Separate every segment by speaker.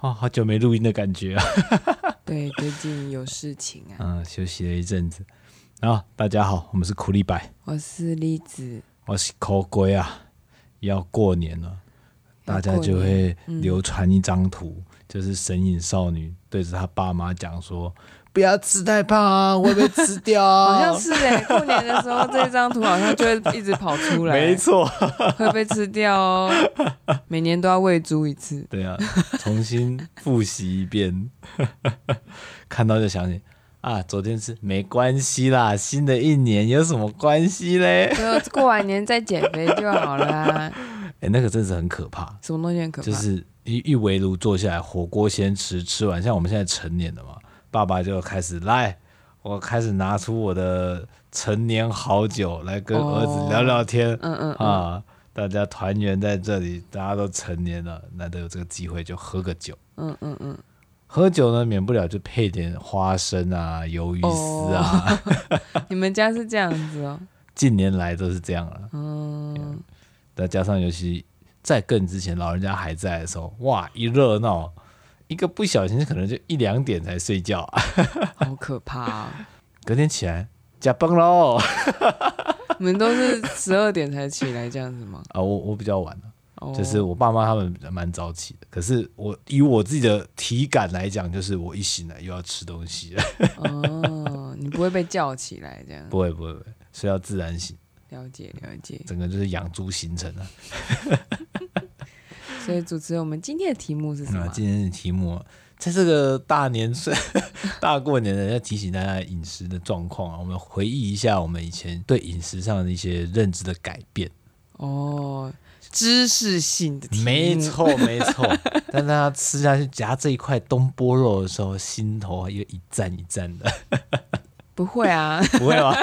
Speaker 1: 哦，好久没录音的感觉啊。
Speaker 2: 对，最近有事情啊。
Speaker 1: 嗯，休息了一阵子。然后大家好，我们是苦力白，
Speaker 2: 我是栗子，
Speaker 1: 我是口龟啊。要过年了，大家就
Speaker 2: 要过年嗯
Speaker 1: 会流传一张图，就是神隐少女对着她爸妈讲说：“不要吃太胖啊，会被吃掉、啊。”
Speaker 2: 好像是哎、过年的时候这张图好像就会一直跑出 来，
Speaker 1: 没错，
Speaker 2: 会被吃掉哦。每年都要喂猪一次，
Speaker 1: 对啊， 重新复习一遍， 看到就想起啊，昨天是没关系啦，新的一年有什么关系嘞？
Speaker 2: 就过完年再减肥就好啦。
Speaker 1: 哎、那个真是很可怕，
Speaker 2: 什么东西很可怕？
Speaker 1: 就是一一围炉坐下来，火锅先吃，吃完像我们现在成年了嘛，爸爸就开始来，我开始拿出我的陈年好酒来跟儿子聊聊天、
Speaker 2: 哦嗯嗯嗯，
Speaker 1: 啊。大家团圆在这里，大家都成年了，难得有这个机会就喝个酒。
Speaker 2: 嗯嗯嗯，
Speaker 1: 喝酒呢，免不了就配点花生啊、鱿鱼丝
Speaker 2: 哦
Speaker 1: 啊。
Speaker 2: 你们家是这样子哦。
Speaker 1: 近年来都是这样了，
Speaker 2: 嗯，
Speaker 1: 再加上尤其在更之前，老人家还在的时候，哇，一热闹，一个不小心可能就一两点才睡觉、啊，
Speaker 2: 好可怕啊！
Speaker 1: 隔天起来加班啊喽。
Speaker 2: 你们都是十二点才起来这样子吗？
Speaker 1: 啊，我我比较晚了，
Speaker 2: 哦
Speaker 1: 就是我爸妈他们蛮早起的，可是我以我自己的体感来讲，就是我一醒来又要吃东西了，
Speaker 2: 哦，你不会被叫起来这样。
Speaker 1: 不会不会不会，睡到自然醒，
Speaker 2: 了解了解。
Speaker 1: 整个就是养猪形成啊。
Speaker 2: 所以主持人，我们今天的题目是什
Speaker 1: 那嗯
Speaker 2: 么？啊
Speaker 1: 今天的题目，在这个大年岁、 大过年的，要提醒大家饮食的状况啊。我们回忆一下我们以前对饮食上的一些认知的改变。
Speaker 2: 哦，知识性的题目，
Speaker 1: 没，错，没错。 但大家吃下去夹这一块东坡肉的时候，心头又一战一战 的，
Speaker 2: 不会啊，
Speaker 1: 不会吗？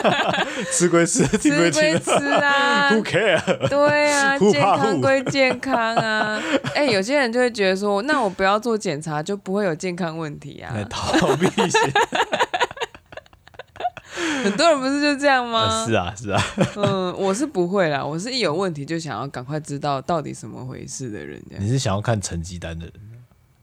Speaker 1: 吃归吃， 听
Speaker 2: 吃
Speaker 1: 归
Speaker 2: 归
Speaker 1: 听
Speaker 2: 吃 啊，
Speaker 1: ，Who care？
Speaker 2: 对啊，
Speaker 1: Who
Speaker 2: 健
Speaker 1: 怕
Speaker 2: 康
Speaker 1: who？
Speaker 2: 归 健康啊。哎，有些人就会觉得说，那我不要做检查，就不会有健康问题啊
Speaker 1: 来。哎逃避一些。
Speaker 2: 很多人不是就这样吗？
Speaker 1: 呃 是啊，是啊。
Speaker 2: 嗯，我是不会啦，我是一有问题就想要赶快知道到底什么回事的人这样。
Speaker 1: 你是想要看成绩单的人，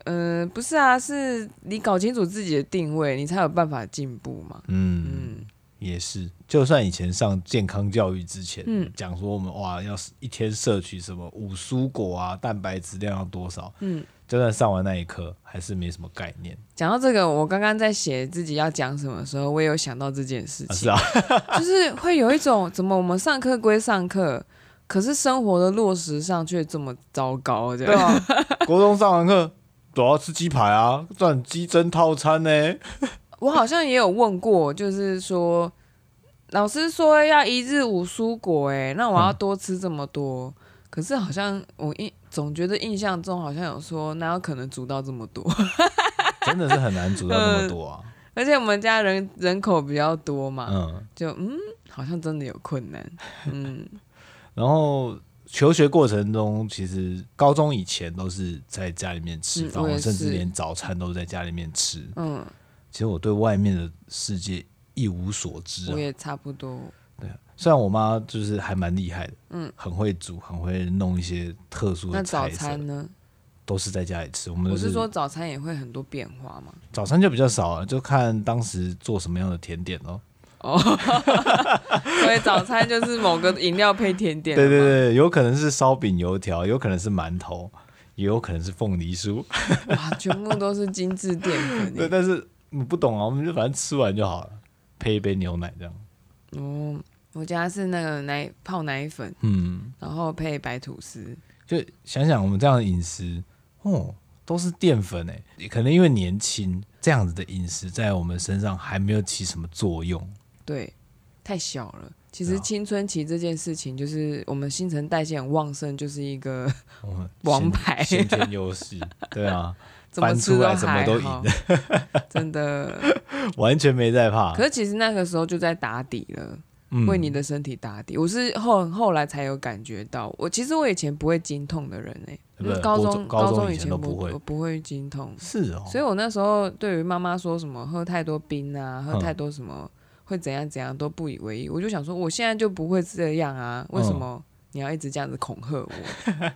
Speaker 2: 嗯、不是啊，是你搞清楚自己的定位，你才有办法进步嘛。
Speaker 1: 嗯。
Speaker 2: 嗯，
Speaker 1: 也是，就算以前上健康教育之前，
Speaker 2: 嗯
Speaker 1: 讲说我们哇，要是一天摄取什么五蔬果啊，蛋白质量要多少，
Speaker 2: 嗯，
Speaker 1: 就算上完那一课，还是没什么概念
Speaker 2: 讲到这个，我刚刚在写自己要讲什么的时候，我也有想到这件事
Speaker 1: 啊，
Speaker 2: 情，
Speaker 1: 是啊，
Speaker 2: 就是会有一种怎么我们上课归上课，可是生活的落实上却这么糟糕，这
Speaker 1: 对
Speaker 2: 样。
Speaker 1: 啊，国中上完课总要吃鸡排啊，赚鸡胗套餐 呢、
Speaker 2: 我好像也有问过，就是说老师说要一日五蔬果、欸，哎，那我要多吃这么多，可是好像我印总觉得印象中好像有说，哪有可能煮到这么多？
Speaker 1: 真的是很难煮到那么多啊，
Speaker 2: 而且我们家人人口比较多嘛，
Speaker 1: 嗯，
Speaker 2: 就嗯，好像真的有困难，嗯。
Speaker 1: 然后。求学过程中，其实高中以前都是在家里面吃
Speaker 2: 嗯
Speaker 1: 饭，
Speaker 2: 我也
Speaker 1: 我甚至
Speaker 2: 是
Speaker 1: 连早餐都在家里面吃。
Speaker 2: 嗯，
Speaker 1: 其实我对外面的世界一无所知、啊。
Speaker 2: 我也差不多。
Speaker 1: 虽然我妈就是还蛮厉害的，
Speaker 2: 嗯，
Speaker 1: 很会煮，很会弄一些特殊
Speaker 2: 那
Speaker 1: 的
Speaker 2: 早
Speaker 1: 菜色，
Speaker 2: 餐呢？
Speaker 1: 都是在家里啊吃。我们都
Speaker 2: 我是说早餐也会很多变化嘛。
Speaker 1: 早餐就比较少啊了，就看当时做什么样的甜点咯。
Speaker 2: 哦， 所以早餐就是某个饮料配甜点。
Speaker 1: 对对，对，有可能是烧饼、油条，有可能是馒头，也有可能是凤梨酥。
Speaker 2: 哇，全部都是精致淀粉
Speaker 1: 对，
Speaker 2: 耶。
Speaker 1: 但是你不懂啊，我们就反正吃完就好了，配一杯牛奶这样。
Speaker 2: 哦，我家是那个奶泡奶粉，
Speaker 1: 嗯，
Speaker 2: 然后配白吐司。
Speaker 1: 就想想我们这样的饮食，哦，都是淀粉诶、可能因为年轻，这样子的饮食在我们身上还没有起什么作用。
Speaker 2: 对，太小了。其
Speaker 1: 对
Speaker 2: 实
Speaker 1: 啊
Speaker 2: 青春期这件事情，就是我们新陈代谢很旺盛，就是一个
Speaker 1: 我们
Speaker 2: 王
Speaker 1: 嗯先
Speaker 2: 牌
Speaker 1: 先天优势， 对啊，
Speaker 2: 怎么
Speaker 1: 翻
Speaker 2: 吃
Speaker 1: 出来什么
Speaker 2: 还
Speaker 1: 都
Speaker 2: 好，
Speaker 1: 赢
Speaker 2: 真的。
Speaker 1: 完全没在怕
Speaker 2: 可。是其实那个时候就在打底了。
Speaker 1: 嗯
Speaker 2: 为你的身体打底。我是后后来才有感觉到，我其实我以前不会经痛的人哎、
Speaker 1: 对不对
Speaker 2: 高
Speaker 1: 国
Speaker 2: 中
Speaker 1: 中高中
Speaker 2: 以
Speaker 1: 以前都
Speaker 2: 不
Speaker 1: 不会
Speaker 2: 我不会经痛，
Speaker 1: 是哦，
Speaker 2: 所以我那时候对于妈妈说什么喝太多冰啊，喝
Speaker 1: 嗯
Speaker 2: 太多
Speaker 1: 嗯
Speaker 2: 什么、会怎样怎样都不以为意。我就想说，我现在就不会这样啊，为什么你要一直这样子恐 吓我。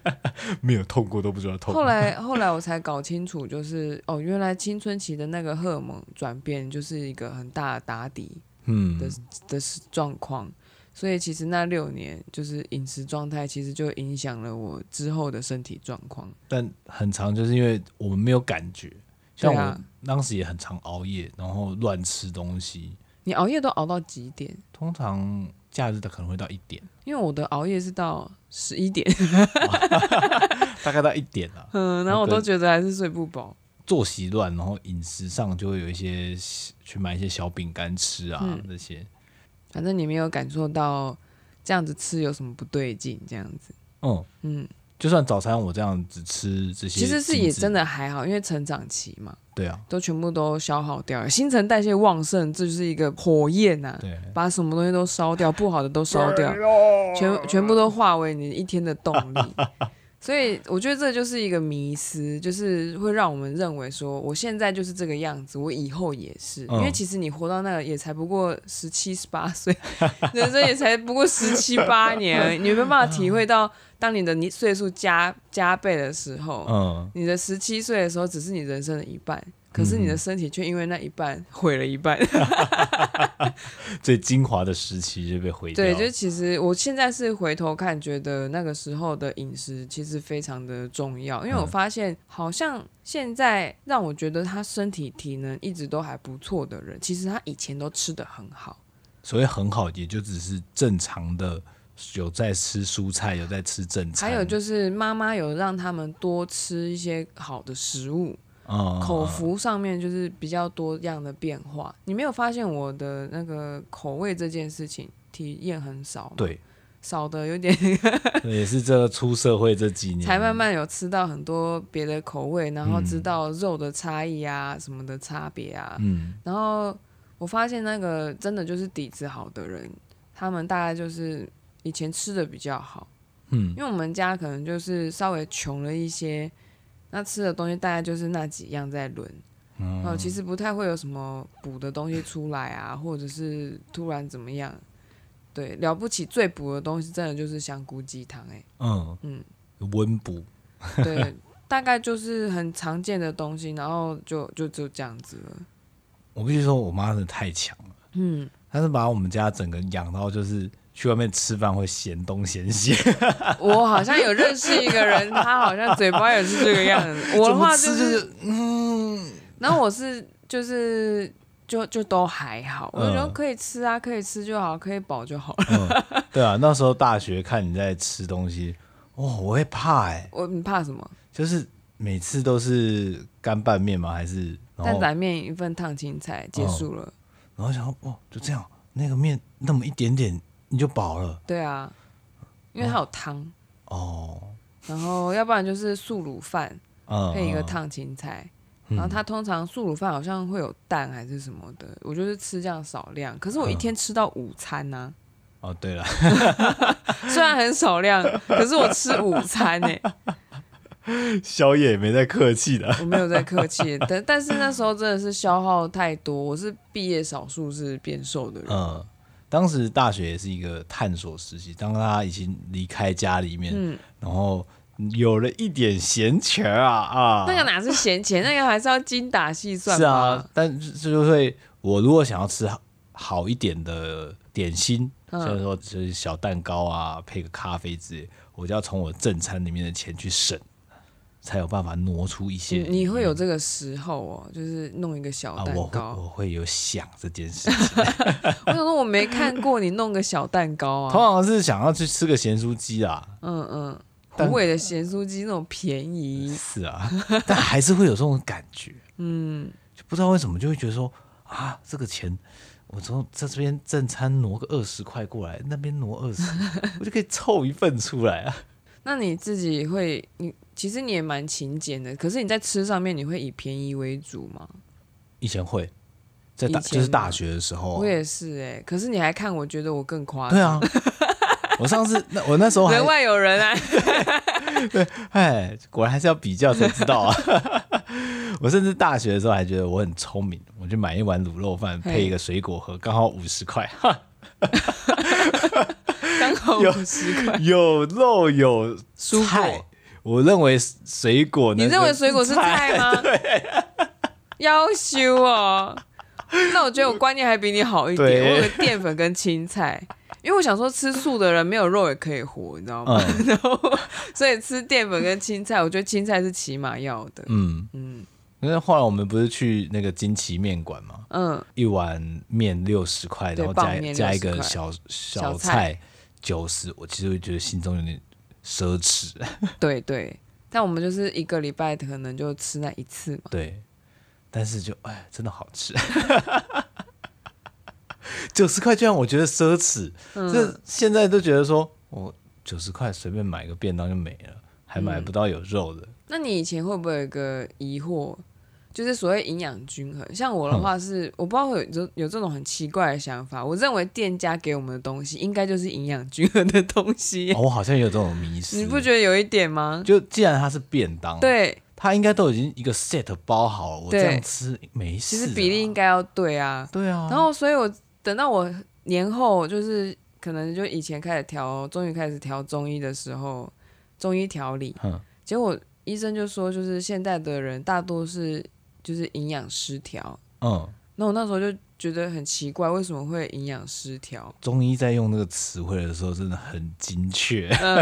Speaker 1: 没有痛过都不知道痛。
Speaker 2: 后来后来我才搞清楚，就是哦，原来青春期的那个荷尔蒙转变就是一个很大的打底
Speaker 1: 嗯，
Speaker 2: 的的状况。所以其实那六年就是饮食状态，其实就影响了我之后的身体状况。
Speaker 1: 但很长就是因为我们没有感觉，像
Speaker 2: 对
Speaker 1: 我
Speaker 2: 啊
Speaker 1: 当时也很常熬夜，然后乱吃东西，
Speaker 2: 你熬夜都熬到几点？
Speaker 1: 通常假日的可能会到一点，
Speaker 2: 因为我的熬夜是到十一点，
Speaker 1: 大概到一点啊。
Speaker 2: 嗯，然后我
Speaker 1: 那个
Speaker 2: 都觉得还是睡不饱。
Speaker 1: 作息乱，然后饮食上就会有一些去买一些小饼干吃啊，
Speaker 2: 嗯
Speaker 1: 这些。
Speaker 2: 反正你没有感受到这样子吃有什么不对劲，这样子，
Speaker 1: 嗯，
Speaker 2: 嗯，
Speaker 1: 就算早餐我这样子吃这些，
Speaker 2: 其实是也真
Speaker 1: 的
Speaker 2: 的还好，因为成长期嘛，
Speaker 1: 对啊，
Speaker 2: 都全部都消耗掉了，新陈代谢旺盛，这就是一个火焰呐、啊
Speaker 1: 对，啊
Speaker 2: 把什么东西都烧掉，不好的都烧掉，
Speaker 1: 哦
Speaker 2: 全全部都化为你一天的动 力。所以我觉得这就是一个迷思，就是会让我们认为说，我现在就是这个样子，我以后也是。
Speaker 1: 嗯
Speaker 2: 因为其实你活到那个也才不过十七、十八岁， 人生也才不过十七八年而已，你有没有办法体会到，当你的你岁数加加倍的时候，
Speaker 1: 嗯，
Speaker 2: 你的十七岁的时候只是你人生的一半，可是你的身体却因为那一半毁了一半。
Speaker 1: 最精华的时期就被毁掉。
Speaker 2: 对，就是其实我现在是回头看，觉得那个时候的饮食其实非常的重要，因为我
Speaker 1: 嗯
Speaker 2: 发现好像现在让我觉得他身体体能一直都还不错的人，其实他以前都吃的很好。
Speaker 1: 所谓很好，也就只是正常的有在吃蔬菜，有在吃正餐，
Speaker 2: 还有就是妈妈有让他们多吃一些好的食物，
Speaker 1: 嗯
Speaker 2: 口服上面就是比较多样的变化。你没有发现我的那个口味这件事情体验很少吗？，
Speaker 1: 对，
Speaker 2: 少的有点
Speaker 1: 也是这出社会这几年
Speaker 2: 才慢慢有吃到很多别的口味，然后知道肉的差异啊、什么的差别啊。
Speaker 1: 嗯
Speaker 2: 然后我发现那个真的就是底子好的人，他们大概就是以前吃的比较好，
Speaker 1: 嗯
Speaker 2: 因为我们家可能就是稍微穷了一些，那吃的东西大概就是那几样在轮。
Speaker 1: 嗯
Speaker 2: 哦，其实不太会有什么补的东西出来啊，或者是突然怎么样。对，了不起最补的东西真的就是香菇鸡汤哎、
Speaker 1: 嗯
Speaker 2: 嗯
Speaker 1: 嗯温补
Speaker 2: 对，大概就是很常见的东西，然后就就就这样子了。
Speaker 1: 我必须说，我妈真的太强了，
Speaker 2: 嗯，
Speaker 1: 她是把我们家整个养到就是去外面吃饭会嫌东嫌西，
Speaker 2: 我好像有认识一个人，他好像嘴巴也是这个样 子。我的话就，
Speaker 1: 怎么吃就是是嗯，
Speaker 2: 然后我是就是就就都还好，我就觉得
Speaker 1: 嗯
Speaker 2: 可以吃啊，可以吃就好，可以饱就好。
Speaker 1: 嗯对啊，那时候大学看你在吃东西，哦，我会怕哎、
Speaker 2: 我你怕什么？
Speaker 1: 就是每次都是干拌面吗？还是然
Speaker 2: 蛋
Speaker 1: 后
Speaker 2: 仔面一份烫青菜
Speaker 1: 哦
Speaker 2: 结束了。
Speaker 1: 然后想说哦，就这样，那个面那么一点点你就饱了
Speaker 2: 对啊，因为它有汤，
Speaker 1: 哦，
Speaker 2: 然后要不然就是素卤饭
Speaker 1: 嗯，
Speaker 2: 配一个
Speaker 1: 嗯，
Speaker 2: 烫青菜，
Speaker 1: 嗯
Speaker 2: 然后它通常素卤饭好像会有蛋还是什么的，我就是吃这样少量，可是
Speaker 1: 嗯
Speaker 2: 我一天吃到午餐呢、
Speaker 1: 哦，对了，
Speaker 2: 虽然很少量，可是我吃午餐呢、欸
Speaker 1: 宵夜也没在客气的，
Speaker 2: 我没有在客气，但但是那时候真的是消耗太多，我是毕业少数是变瘦的人，
Speaker 1: 嗯。当时大学也是一个探索时期，当他已经离开家里面，
Speaker 2: 嗯，
Speaker 1: 然后有了一点闲钱啊啊，
Speaker 2: 那个哪是闲钱，那个还是要精打细算
Speaker 1: 是
Speaker 2: 吧
Speaker 1: 啊，，但是就会我如果想要吃好好一点的点心，
Speaker 2: 嗯
Speaker 1: 像是说就是小蛋糕啊，配个咖啡之类，我就要从我正餐里面的钱去省，才有办法挪出一些。
Speaker 2: 嗯你你会有这个时候哦，就是弄一个小
Speaker 1: 啊，
Speaker 2: 蛋
Speaker 1: 我会
Speaker 2: 糕，
Speaker 1: 我会有想这件 事情，
Speaker 2: 我想说我没看过你弄个小蛋糕
Speaker 1: 通
Speaker 2: 啊，
Speaker 1: 常是想要去吃个咸酥鸡啊，
Speaker 2: 嗯嗯，
Speaker 1: 但
Speaker 2: 湖北的咸酥鸡那种便宜，
Speaker 1: 是啊， 但还是会有这种感觉，
Speaker 2: 嗯，
Speaker 1: 就不知道为什么就会觉得说啊，这个钱。我从这边正餐挪个二十块过来，那边挪二十， 我就可以凑一份出来啊。
Speaker 2: 那你自己会，你其实你也蛮勤俭的，可是你在吃上面你会以便宜为主吗？
Speaker 1: 以前会，在大
Speaker 2: 以前
Speaker 1: 就是
Speaker 2: 吗
Speaker 1: 大学的时候
Speaker 2: 我
Speaker 1: 啊，
Speaker 2: 也是哎、可是你还看，我觉得我更夸张。
Speaker 1: 对啊，我上次那我那时候还
Speaker 2: 人外有人 啊！
Speaker 1: 哎，果然还是要比较才知道啊。 我甚至大学的时候还觉得我很聪明，我就买一碗卤肉饭
Speaker 2: 嘿
Speaker 1: 配一个水果盒，刚好五十块，哈
Speaker 2: 刚好
Speaker 1: 有
Speaker 2: 五十块。
Speaker 1: 有肉有
Speaker 2: 蔬
Speaker 1: 菜
Speaker 2: 果，
Speaker 1: 我认为水果
Speaker 2: 你
Speaker 1: 呢？
Speaker 2: 认为水果是菜吗？要修哦。那我觉得我观念还比你好一点，
Speaker 1: 对
Speaker 2: 我有个淀粉跟青菜，因为我想说吃素的人没有肉也可以活，你知道吗？
Speaker 1: 嗯
Speaker 2: 然后所以吃淀粉跟青菜，我觉得青菜是起码要的。
Speaker 1: 嗯
Speaker 2: 嗯
Speaker 1: 因为后来我们不是去那个金奇面馆嘛，
Speaker 2: 嗯，
Speaker 1: 一碗面六十块，
Speaker 2: 对
Speaker 1: 然后
Speaker 2: 棒
Speaker 1: 加
Speaker 2: 面
Speaker 1: 加一个
Speaker 2: 60
Speaker 1: 小
Speaker 2: 小
Speaker 1: 小
Speaker 2: 菜
Speaker 1: 菜九十，我其实会觉得心中有点奢侈。
Speaker 2: 对对。但我们就是一个礼拜可能就吃那一次嘛。
Speaker 1: 对，但是就哎，真的好吃。 九十块居然我觉得奢侈，
Speaker 2: 嗯
Speaker 1: 这、现在都觉得说我九十块随便买个便当就没了，还买
Speaker 2: 嗯
Speaker 1: 不到有肉的。
Speaker 2: 那你以前会不会有一个疑惑，就是所谓营养均衡？像我的
Speaker 1: 嗯
Speaker 2: 话是，我不知道会有这有这种很奇怪的想法。我认为店家给我们的东西应该就是营养均衡的东西，
Speaker 1: 哦我好像也有这种迷失，
Speaker 2: 你不觉得有一点吗？
Speaker 1: 就既然它是便当，，
Speaker 2: 对，
Speaker 1: 它应该都已经一个 set 包好了，我这
Speaker 2: 对
Speaker 1: 样吃没事、
Speaker 2: 其
Speaker 1: 啊。
Speaker 2: 实比例应该要对啊。
Speaker 1: 对啊，
Speaker 2: 然后，所以我等到我年后，就是可能就以前开始调，终于开始调中医的时候，中医调理，
Speaker 1: 嗯
Speaker 2: 结果医生就说，就是现在的人大多是就是营养失调。
Speaker 1: 嗯，
Speaker 2: 那我那时候就觉得很奇怪，为什么会营养失调？
Speaker 1: 中医在用这个词汇的时候真的很精确。
Speaker 2: 嗯，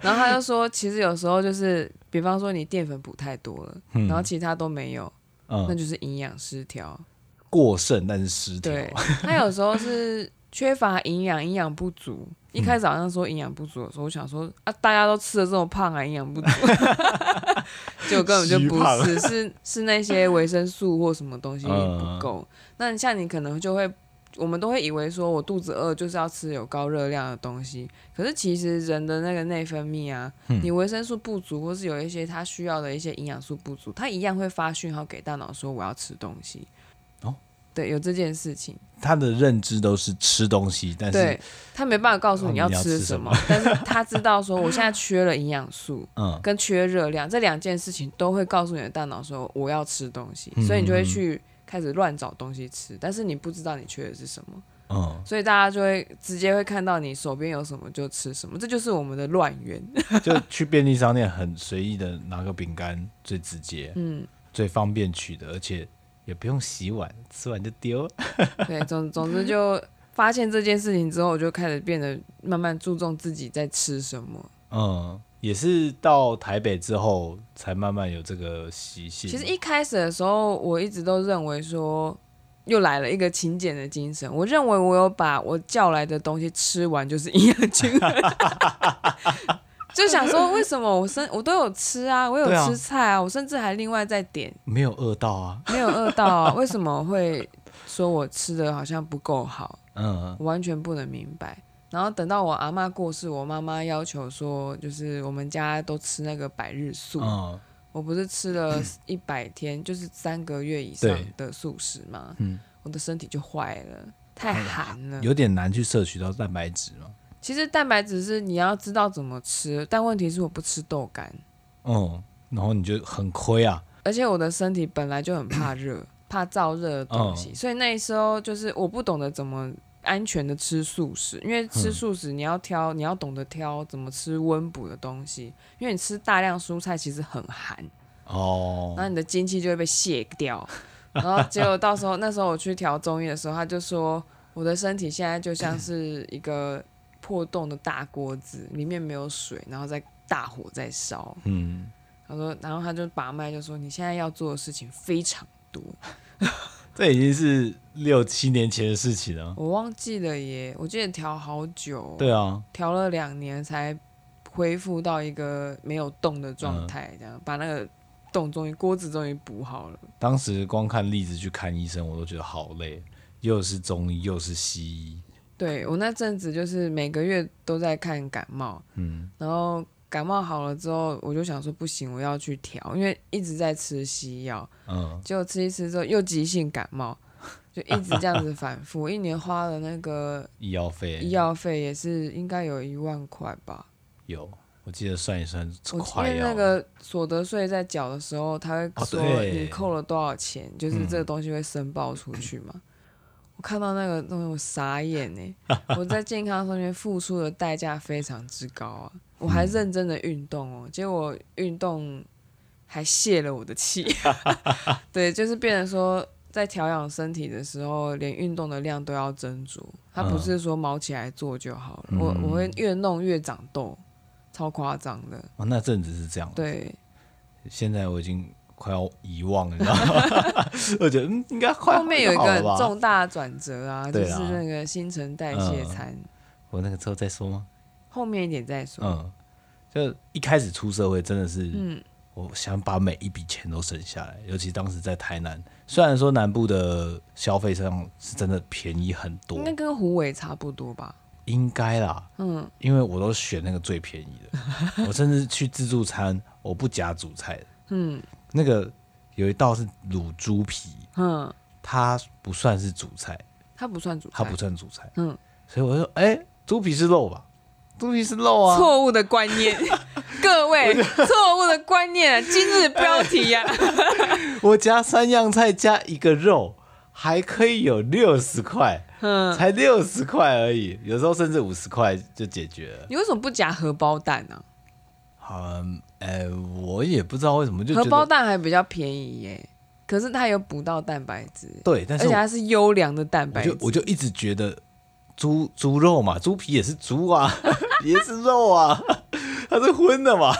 Speaker 2: 然后他就说，其实有时候就是，比方说你淀粉补太多了，
Speaker 1: 嗯
Speaker 2: 然后其他都没有，那
Speaker 1: 嗯，
Speaker 2: 就是营养失调。
Speaker 1: 过剩但是失调。啊
Speaker 2: 对，他有时候是缺乏营养，营养不足。一开始好像说营养不足的时候，我想说啊，大家都吃的这么胖啊，营养不 足，结果根本就
Speaker 1: 虚
Speaker 2: 不
Speaker 1: 胖
Speaker 2: 是，是是那些维生素或什么东西
Speaker 1: 嗯
Speaker 2: 不够。那像你可能就会，我们都会以为说我肚子饿就是要吃有高热量的东西，可是其实人的那个内分泌啊，
Speaker 1: 嗯
Speaker 2: 你维生素不足或是有一些它需要的一些营养素不足，它一样会发讯号给大脑说我要吃东西。
Speaker 1: 哦，
Speaker 2: 对，有这件事情。
Speaker 1: 他的认知都是吃东西，但
Speaker 2: 对
Speaker 1: 是
Speaker 2: 他没办法告诉你
Speaker 1: 你
Speaker 2: 要
Speaker 1: 要
Speaker 2: 吃
Speaker 1: 吃
Speaker 2: 什
Speaker 1: 什
Speaker 2: 么
Speaker 1: 么，
Speaker 2: 但是他知道说我现在缺了营养素
Speaker 1: 嗯，
Speaker 2: 跟缺热量这两件事情都会告诉你的大脑说我要吃东西，
Speaker 1: 嗯
Speaker 2: 所以你就会去开始乱找东西吃，但是你不知道你缺的是什么，
Speaker 1: 嗯，
Speaker 2: 所以大家就会直接会看到你手边有什么就吃什么，这就是我们的乱源。
Speaker 1: 就去便利商店很随意的拿个饼干，最直接，
Speaker 2: 嗯，
Speaker 1: 最方便取得，而且也不用洗碗，吃完就丢。
Speaker 2: 对，总总之就发现这件事情之后，我就开始变得慢慢注重自己在吃什么。
Speaker 1: 嗯，也是到台北之后才慢慢有这个习性。
Speaker 2: 其实一开始的时候，我一直都认为说，又来了一个勤俭的精神。我认为我有把我叫来的东西吃完，就是营养均衡。 就想说，为什么我生我都有吃啊，我有
Speaker 1: 对啊
Speaker 2: 吃菜啊，我甚至还另外再点，
Speaker 1: 没有饿到啊，
Speaker 2: 没有饿到啊，为什么会说我吃的好像不够好？
Speaker 1: 嗯，
Speaker 2: 我完全不能明白。然后等到我阿妈过世，我妈妈要求说，就是我们家都吃那个百日素，
Speaker 1: 嗯，
Speaker 2: 我不是吃了一百天，就是三个月以上
Speaker 1: 对
Speaker 2: 的素食吗？
Speaker 1: 嗯
Speaker 2: 我的身体就坏了，太寒了。
Speaker 1: 有点难去摄取到蛋白质嘛。
Speaker 2: 其实蛋白质是你要知道怎么吃，但问题是我不吃豆干，
Speaker 1: 嗯，然后你就很亏啊。
Speaker 2: 而且我的身体本来就很怕热， 怕燥热的东
Speaker 1: 哦
Speaker 2: 西，所以那时候就是我不懂得怎么。安全的吃素食，因为吃
Speaker 1: 嗯
Speaker 2: 素食你要挑，你要懂得挑怎么吃温补的东西，因为你吃大量蔬菜其实很寒，
Speaker 1: 哦
Speaker 2: 然，后你的精气就会被卸掉。然后结果到时候那时候我去调中医的时候，他就说我的身体现在就像是一个破洞的大锅子，里面没有水，然后在大火在烧。
Speaker 1: 嗯，
Speaker 2: 他说，然后他就把脉就说你现在要做的事情非常多，
Speaker 1: 这已经是六七年前的事情了。
Speaker 2: 我忘记了耶，我记得调好久，
Speaker 1: 对啊，
Speaker 2: 调了两年才恢复到一个没有洞的
Speaker 1: 嗯
Speaker 2: 状态，这样把那个洞终于锅子终于补好了。
Speaker 1: 当时光看例子去看医生，我都觉得好累，又是中医又是西医，
Speaker 2: 对我那阵子就是每个月都在看感冒，
Speaker 1: 嗯，
Speaker 2: 然后感冒好了之后，我就想说不行，我要去调，因为一直在吃西药，
Speaker 1: 嗯，
Speaker 2: 结果吃一吃之后又急性感冒，就一直这样子反复， 一年花了那个
Speaker 1: 医药费
Speaker 2: 医药费也是应该有一万块吧。
Speaker 1: 有，我记得算一算
Speaker 2: 我因
Speaker 1: 快
Speaker 2: 为
Speaker 1: 要
Speaker 2: 那个所得税在缴的时候，他会
Speaker 1: 哦
Speaker 2: 说
Speaker 1: 对嗯
Speaker 2: 你扣了多少钱，就是这个东西会申报出去嘛。我我看到那个东西我傻眼 呢、我在健康上面付出的代价非常之高啊！我
Speaker 1: 嗯
Speaker 2: 还认真的运动哦，结果运动还泄了我 的气，对，就是变成说在调养身体的时候，连运动的量都要斟酌，它
Speaker 1: 嗯
Speaker 2: 不是说毛起来做就好了，我我会越弄越长痘，超夸张的，
Speaker 1: 哦，那阵子是这样，
Speaker 2: 对。
Speaker 1: 现在我已经快要遗忘了，你知道吗？ 我觉得嗯，应该快
Speaker 2: 后面有一
Speaker 1: 好
Speaker 2: 个
Speaker 1: 了
Speaker 2: 很
Speaker 1: 吧
Speaker 2: 重大转折啊，就
Speaker 1: 对
Speaker 2: 是
Speaker 1: 啦
Speaker 2: 那个新陈代谢餐，
Speaker 1: 我那个之后再说吗？
Speaker 2: 后面一点再说。
Speaker 1: 嗯，就一开始出社会真的是，
Speaker 2: 嗯
Speaker 1: 我想把每一笔钱都省下来，尤其当时在台南，虽然说南部的消费上是真的便宜很多
Speaker 2: 应，该跟胡伟差不多吧？
Speaker 1: 应该啦，
Speaker 2: 嗯，
Speaker 1: 因为我都选那个最便宜 的，我甚至去自助餐，我不夹主菜的，
Speaker 2: 嗯
Speaker 1: 那个有一道是卤猪皮，
Speaker 2: 嗯，
Speaker 1: 它不算是主菜，
Speaker 2: 他不算主菜，
Speaker 1: 它不算主菜，
Speaker 2: 嗯，
Speaker 1: 所以我就说，哎、猪皮是肉吧？猪皮是肉啊，
Speaker 2: 错误的观念， 各位错误的观念、啊，今日标题啊呀、
Speaker 1: 哎我加三样菜加一个肉，还可以有六十块，
Speaker 2: 嗯，
Speaker 1: 才六十块而已，有时候甚至五十块就解决了。
Speaker 2: 你为什么不夹荷包蛋啊呢、
Speaker 1: 嗯，哎、我也不知道为什么就
Speaker 2: 荷
Speaker 1: 觉
Speaker 2: 包
Speaker 1: 得
Speaker 2: 蛋还比较便宜耶、可是它有补到蛋白质，
Speaker 1: 对，但
Speaker 2: 而
Speaker 1: 是
Speaker 2: 且
Speaker 1: 我
Speaker 2: 它是优良的蛋白质
Speaker 1: 就。我就一直觉得猪猪肉嘛，猪皮也是猪啊， 也是肉啊， 它是荤的嘛。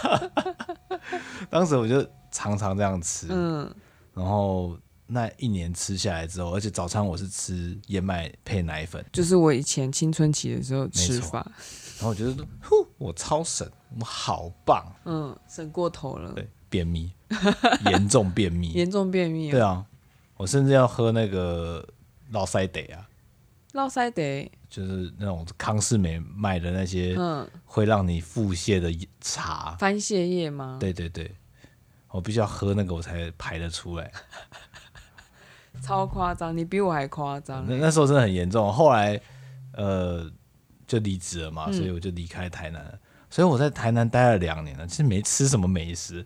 Speaker 1: 当时我就常常这样吃，
Speaker 2: 嗯
Speaker 1: 然后那一年吃下来之后，而且早餐我是吃燕麦配奶粉，
Speaker 2: 就是我以前青春期的时候吃法，
Speaker 1: 然后我觉得，呼，我超省，我好棒，
Speaker 2: 嗯，省过头了，
Speaker 1: 对，便 秘，严重便秘，
Speaker 2: 严重便秘、
Speaker 1: 对
Speaker 2: 啊，
Speaker 1: 啊，我甚至要喝那个老塞得啊，
Speaker 2: 落腮得，
Speaker 1: 就是那种康士美卖的那些
Speaker 2: 嗯，
Speaker 1: 会让你腹泻的茶，
Speaker 2: 番泻叶吗？
Speaker 1: 对对对，我必须要喝那个我才排得出来。
Speaker 2: 超夸张，你比我还夸张
Speaker 1: 那。那时候真的很严重，后来呃就离职了嘛，
Speaker 2: 嗯
Speaker 1: 所以我就离开台南了。所以我在台南待了两年了，其实没吃什么美食。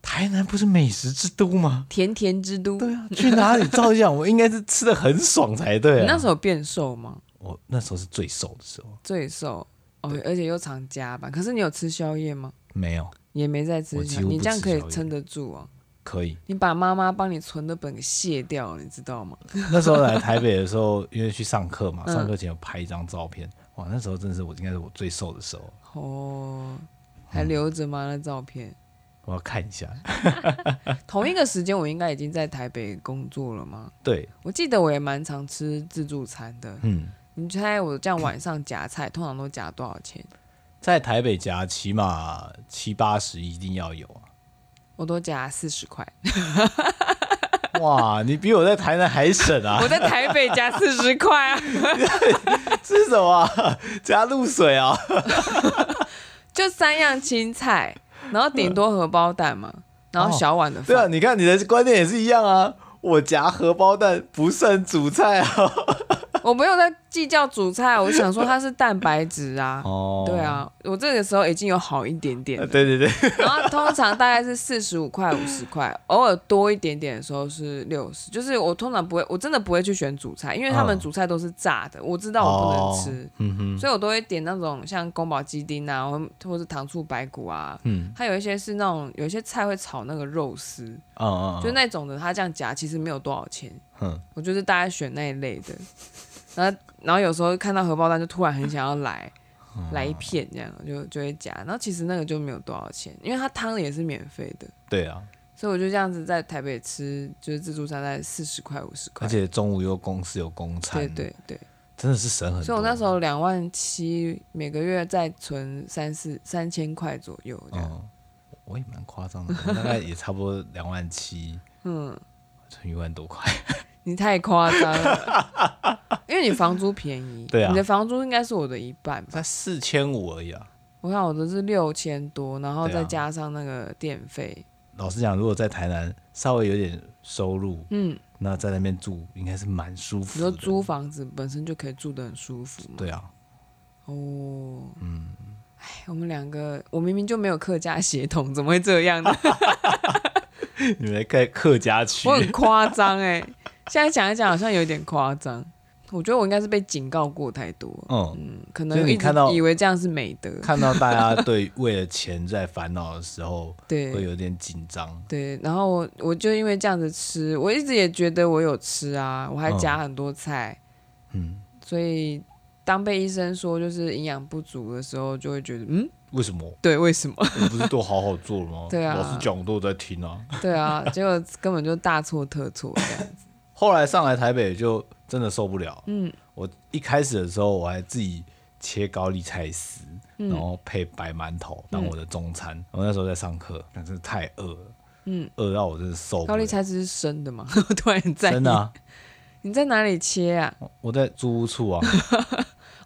Speaker 1: 台南不是美食之都吗？
Speaker 2: 甜甜之都，
Speaker 1: 对啊，去哪里照样，我应该是吃的很爽才对
Speaker 2: 你那
Speaker 1: 啊。
Speaker 2: 时候有变瘦吗？
Speaker 1: 我那时候是最瘦的时候，
Speaker 2: 最瘦哦，而且又常加班。可是你有吃宵夜吗？
Speaker 1: 没有
Speaker 2: 也没在吃
Speaker 1: 我
Speaker 2: 宵
Speaker 1: 几乎
Speaker 2: 你
Speaker 1: 不
Speaker 2: 这样
Speaker 1: 吃
Speaker 2: 可以
Speaker 1: 宵夜
Speaker 2: 撑得住哦。
Speaker 1: 可以。
Speaker 2: 你把妈妈帮你存的本给卸掉了，你知道吗？
Speaker 1: 那时候来台北的时候，因为去上课嘛，
Speaker 2: 嗯
Speaker 1: 上课前有拍一张照片，哇，那时候真的是我应该是我最瘦的时候，
Speaker 2: 哦，还留着吗？那照片？
Speaker 1: 我要看一下。
Speaker 2: 同一个时间，我应该已经在台北工作了吗？
Speaker 1: 对，
Speaker 2: 我记得我也蛮常吃自助餐的。
Speaker 1: 嗯，
Speaker 2: 你猜我这样晚上夹菜，通常都夹多少钱？
Speaker 1: 在台北夹起码七八十一定要有啊！
Speaker 2: 我都夹四十块。
Speaker 1: 哇，你比我在台南还省啊！
Speaker 2: 我在台北夹四十块啊，
Speaker 1: 吃什么啊？加露水啊？
Speaker 2: 就三样青菜，然后顶多荷包蛋嘛，然后小碗的
Speaker 1: 对啊，
Speaker 2: 饭。
Speaker 1: 你看你的观点也是一样啊。我夹荷包蛋不剩主菜啊。
Speaker 2: 我没有在计较主菜，我想说它是蛋白质啊。
Speaker 1: 哦
Speaker 2: 对，啊，我这个时候已经有好一点点
Speaker 1: 呃
Speaker 2: 了，
Speaker 1: 对对对，
Speaker 2: 然后通常大概是四十五块、五十块，偶尔多一点点的时候是六十。就是我通常不会，我真的不会去选主菜，因为他们
Speaker 1: 嗯
Speaker 2: 主菜都是炸的，我知道我不能
Speaker 1: 哦
Speaker 2: 吃，
Speaker 1: 嗯哼，
Speaker 2: 所以我都会点那种像宫保鸡丁啊，或或是糖醋排骨啊，
Speaker 1: 嗯
Speaker 2: 它有一些是那种有一些菜会炒那个肉丝，
Speaker 1: 嗯嗯，
Speaker 2: 就那种的，它这样夹其实没有多少钱，
Speaker 1: 嗯
Speaker 2: 我就是大概选那一类的。 然后然后有时候看到荷包蛋就突然很想要来
Speaker 1: 嗯
Speaker 2: 来一片这样，就就会夹。然后其实那个就没有多少钱，因为它汤也是免费的，
Speaker 1: 对啊，
Speaker 2: 所以我就这样子在台北吃，就是自助餐在四十块五十块
Speaker 1: 而。且中午又公司有公餐，
Speaker 2: 对，对对，
Speaker 1: 真的是省很多。
Speaker 2: 所以我那时候两万七，每个月再存三四三千块左右这样。
Speaker 1: 嗯，我也蛮夸张的，我大概也差不多两万七，
Speaker 2: 嗯，
Speaker 1: 存一万多块。
Speaker 2: 你太夸张了， 因为你房租便宜，
Speaker 1: 对啊
Speaker 2: 你的房租应该是我的一半吧
Speaker 1: 才？四千五而已啊。
Speaker 2: 我想我的是六千多，然后
Speaker 1: 对啊
Speaker 2: 再加上那个电费，
Speaker 1: 老实讲，如果在台南稍微有点收入，
Speaker 2: 嗯，
Speaker 1: 那在那边住应该是蛮舒
Speaker 2: 你
Speaker 1: 服
Speaker 2: 说
Speaker 1: 的。
Speaker 2: 租房子本身就可以住得很舒服嘛。
Speaker 1: 对啊，
Speaker 2: 哦，嗯，哎，我们两个，我明明就没有客家血统， 怎么会这样呢？
Speaker 1: 啊你们在客家区
Speaker 2: 欸我，很夸张哎，现在讲一讲好像有点夸张。我觉得我应该是被警告过太多，
Speaker 1: 嗯，
Speaker 2: 嗯可
Speaker 1: 就
Speaker 2: 能
Speaker 1: 是你
Speaker 2: 一直
Speaker 1: 看到
Speaker 2: 以为这样是美德，
Speaker 1: 看到大家对为了钱在烦恼的时候，会
Speaker 2: 对
Speaker 1: 有点紧张。
Speaker 2: 对。然后我我就因为这样子吃，我一直也觉得我有吃啊，我还加很多菜，
Speaker 1: 嗯，
Speaker 2: 所以当被医生说就是营养不足的时候，就会觉得嗯，
Speaker 1: 为什么？
Speaker 2: 对，为什么？？
Speaker 1: 我不是都好好做了吗
Speaker 2: 对啊
Speaker 1: 老师讲我都有在听啊。
Speaker 2: 对啊，结果根本就大错特错这样子。
Speaker 1: 后来上来台北就真的受不了。
Speaker 2: 嗯
Speaker 1: 我一开始的时候我还自己切高丽菜丝，
Speaker 2: 嗯
Speaker 1: 然后配白馒头当我的中餐。我那时候在上课，但是太饿了，
Speaker 2: 嗯，
Speaker 1: 饿到我真的受不了。
Speaker 2: 高丽菜丝是生的吗？ 我突然在意
Speaker 1: 真的、啊，哦
Speaker 2: 你在哪里切啊？
Speaker 1: 我在租屋 处啊，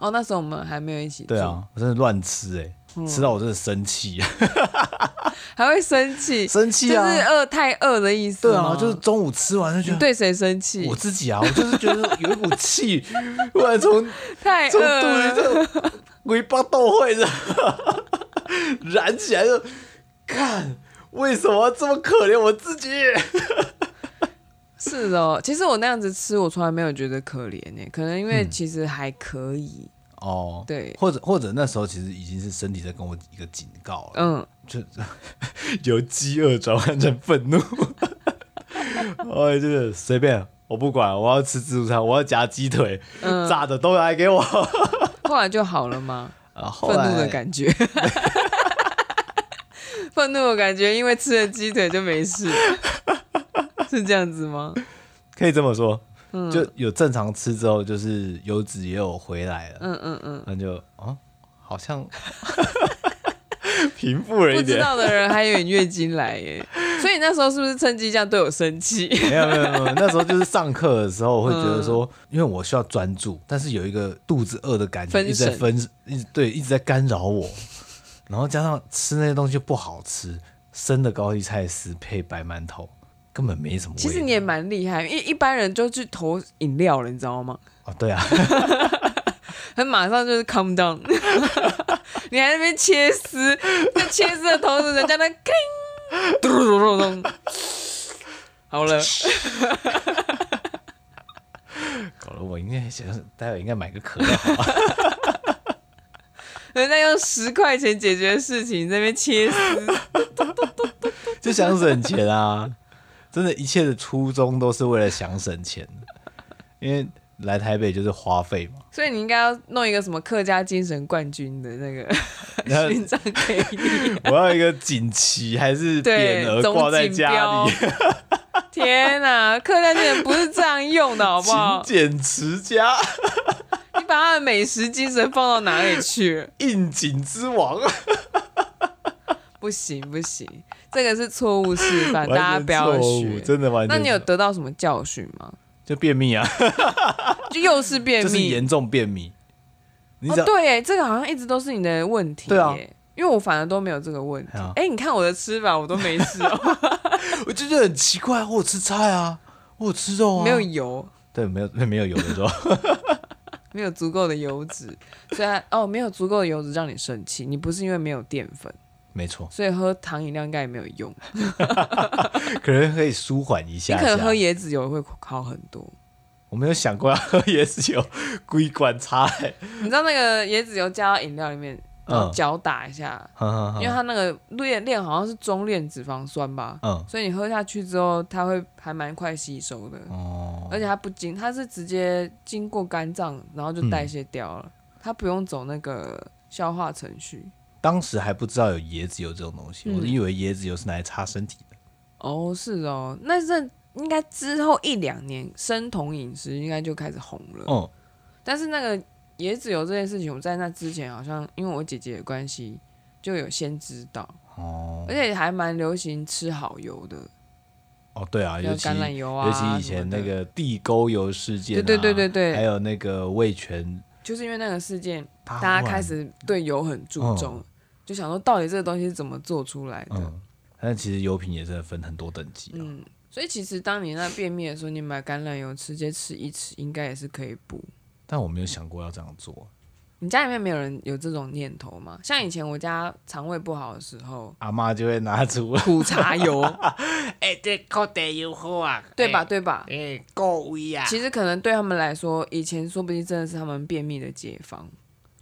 Speaker 2: 哦，那时候我们还没有一起住，
Speaker 1: 对啊，我真的乱吃哎、
Speaker 2: 嗯
Speaker 1: 吃到我真的生气，
Speaker 2: 还会生气，
Speaker 1: 生
Speaker 2: 就
Speaker 1: 气
Speaker 2: 是
Speaker 1: 啊，
Speaker 2: 饿太饿的意思
Speaker 1: 对啊，
Speaker 2: 吗
Speaker 1: 就是中午吃完就觉
Speaker 2: 你
Speaker 1: 得。
Speaker 2: 对谁生气
Speaker 1: 我？自己啊，我就是觉得有一股气， 突然从
Speaker 2: 太
Speaker 1: 从
Speaker 2: 饿了，
Speaker 1: 肚子这尾巴都会的 燃起来就，看为什么这么可怜我自己？
Speaker 2: 是哦。其实我那样子吃，我从来没有觉得可怜呢、可能因为
Speaker 1: 嗯
Speaker 2: 其实还可以。
Speaker 1: 哦，
Speaker 2: 对
Speaker 1: 或者或者那时候其实已经是身体在跟我一个警告了，
Speaker 2: 嗯，
Speaker 1: 就 由饥饿转换成愤怒。 哎，就是随便，我不管，我要吃自助餐，我要夹鸡腿，
Speaker 2: 嗯
Speaker 1: 炸的都来给我。
Speaker 2: 后来就好了吗？
Speaker 1: 啊， 后
Speaker 2: 愤
Speaker 1: 来
Speaker 2: 怒的感觉， 愤怒的感觉，因为吃了鸡腿就没事， 是这样子吗？
Speaker 1: 可以这么说，
Speaker 2: 嗯
Speaker 1: 就有正常吃之后，就是油脂也有回来了，
Speaker 2: 嗯嗯嗯。
Speaker 1: 那就啊，好像 平复了
Speaker 2: 不
Speaker 1: 一
Speaker 2: 知
Speaker 1: 点。
Speaker 2: 道的人还以为你月经来耶，所以你那时候是不是趁机这样对我生气？
Speaker 1: 没有没有没有，那时候就是上课的时候会觉得说，
Speaker 2: 嗯
Speaker 1: 因为我需要专注，但是有一个肚子饿的感觉
Speaker 2: 分
Speaker 1: 一直在
Speaker 2: 神
Speaker 1: 分，一直对一直在干扰我，然后加上吃那些东西又不好吃，生的高丽菜丝配白馒头根本没什么味道。
Speaker 2: 其实你也蛮厉害，一一般人就去投饮料了，你知道吗？
Speaker 1: 哦，对啊，
Speaker 2: 他马上就是 calm down，你还在那边切丝，在切丝的同时，人家那叮，嘟噜噜噜咚，好了，
Speaker 1: 搞得我应该想，待会应该买个可乐好了。
Speaker 2: 人家用十块钱解决的事情，你在那边切丝，
Speaker 1: 就想省钱啊！真的，一切的初衷都是为了想省钱，因为来台北就是花费嘛。
Speaker 2: 所以你应该要弄一个什么客家精神冠军的 那个
Speaker 1: 然 后
Speaker 2: 勋章给 你。
Speaker 1: 我要一个锦旗还是
Speaker 2: 对
Speaker 1: 匾额挂在家 里，
Speaker 2: 总锦标天哪，客家精神不是这样用的，好不
Speaker 1: 勤
Speaker 2: 好？
Speaker 1: 俭持家，
Speaker 2: 你把他的美食精神放到哪里去？
Speaker 1: 应景之王。
Speaker 2: 不行不行，这个是错误示
Speaker 1: 完
Speaker 2: 范，
Speaker 1: 全
Speaker 2: 大家不要
Speaker 1: 错误
Speaker 2: 学。
Speaker 1: 真的完全错
Speaker 2: 那
Speaker 1: 误。
Speaker 2: 你有得到什么教训吗？
Speaker 1: 就便秘啊？
Speaker 2: 就又是便
Speaker 1: 就是
Speaker 2: 秘，
Speaker 1: 严重便秘。你
Speaker 2: 哦
Speaker 1: 只要、
Speaker 2: 对耶，这个好像一直都是你的问题耶。
Speaker 1: 对啊
Speaker 2: 因为我反而都没有这个问题
Speaker 1: 哎呀。
Speaker 2: 哎、你看我的吃法，我都没 事哦，
Speaker 1: 我就觉得很奇怪，我有吃菜啊，我有吃肉啊，
Speaker 2: 没有油，
Speaker 1: 对，没有没有油的时候，
Speaker 2: 没有足够的油脂，虽然哦，没有足够的油脂让你生气，你不是因为没有淀粉。
Speaker 1: 没错，
Speaker 2: 所以喝糖饮料应该也没有用。
Speaker 1: 可能可以舒缓一
Speaker 2: 你
Speaker 1: 下下。
Speaker 2: 可能喝椰子油会好很多。
Speaker 1: 我没有想过要喝椰子油，故意管差、 欸。
Speaker 2: 你知道那个椰子油加到饮料里面，
Speaker 1: 嗯
Speaker 2: 然后搅打一下，
Speaker 1: 啊
Speaker 2: 因为它那个链链好像是中链脂肪酸吧，
Speaker 1: 嗯
Speaker 2: 所以你喝下去之后，它会还蛮快吸收的，
Speaker 1: 哦，
Speaker 2: 而且它不经，它是直接经过肝脏，然后就代谢掉了，它不用走那个消化程序。
Speaker 1: 当时还不知道有椰子油这种东西，
Speaker 2: 嗯
Speaker 1: 我以为椰子油是拿来擦身体的。
Speaker 2: 哦，是哦，那这应该之后一两年生酮饮食应该就开始红了。
Speaker 1: 哦、
Speaker 2: 但是那个椰子油这件事情，我在那之前好像因为我姐姐的关系，就有先知道，
Speaker 1: 哦
Speaker 2: 而且还蛮流行吃好油的，
Speaker 1: 哦，对啊，
Speaker 2: 像
Speaker 1: 尤其、
Speaker 2: 橄榄油啊，
Speaker 1: 尤其以前那
Speaker 2: 什么的，
Speaker 1: 个地沟油事件、啊，
Speaker 2: 对对对对对
Speaker 1: 还有那个味全，
Speaker 2: 就是因为那个事件，
Speaker 1: 大
Speaker 2: 大家开始对油很注重，就想说到底这个东西是怎么做出来的。
Speaker 1: 嗯，但其实油品也真的分很多等级、啊。
Speaker 2: 嗯所以其实当你那便秘的时候，你买橄榄油直接吃一吃，应该也是可以补。
Speaker 1: 但我没有想过要这样做，
Speaker 2: 你家里面没有人有这种念头吗？像以前我家肠胃不好的时候，
Speaker 1: 阿妈就会拿出，
Speaker 2: 苦茶油，
Speaker 1: 哎、这烤得又好啊，
Speaker 2: 对吧？？对吧？
Speaker 1: 哎、够味啊
Speaker 2: 其实可能对他们来说，以前说不定真的是他们便秘的解放，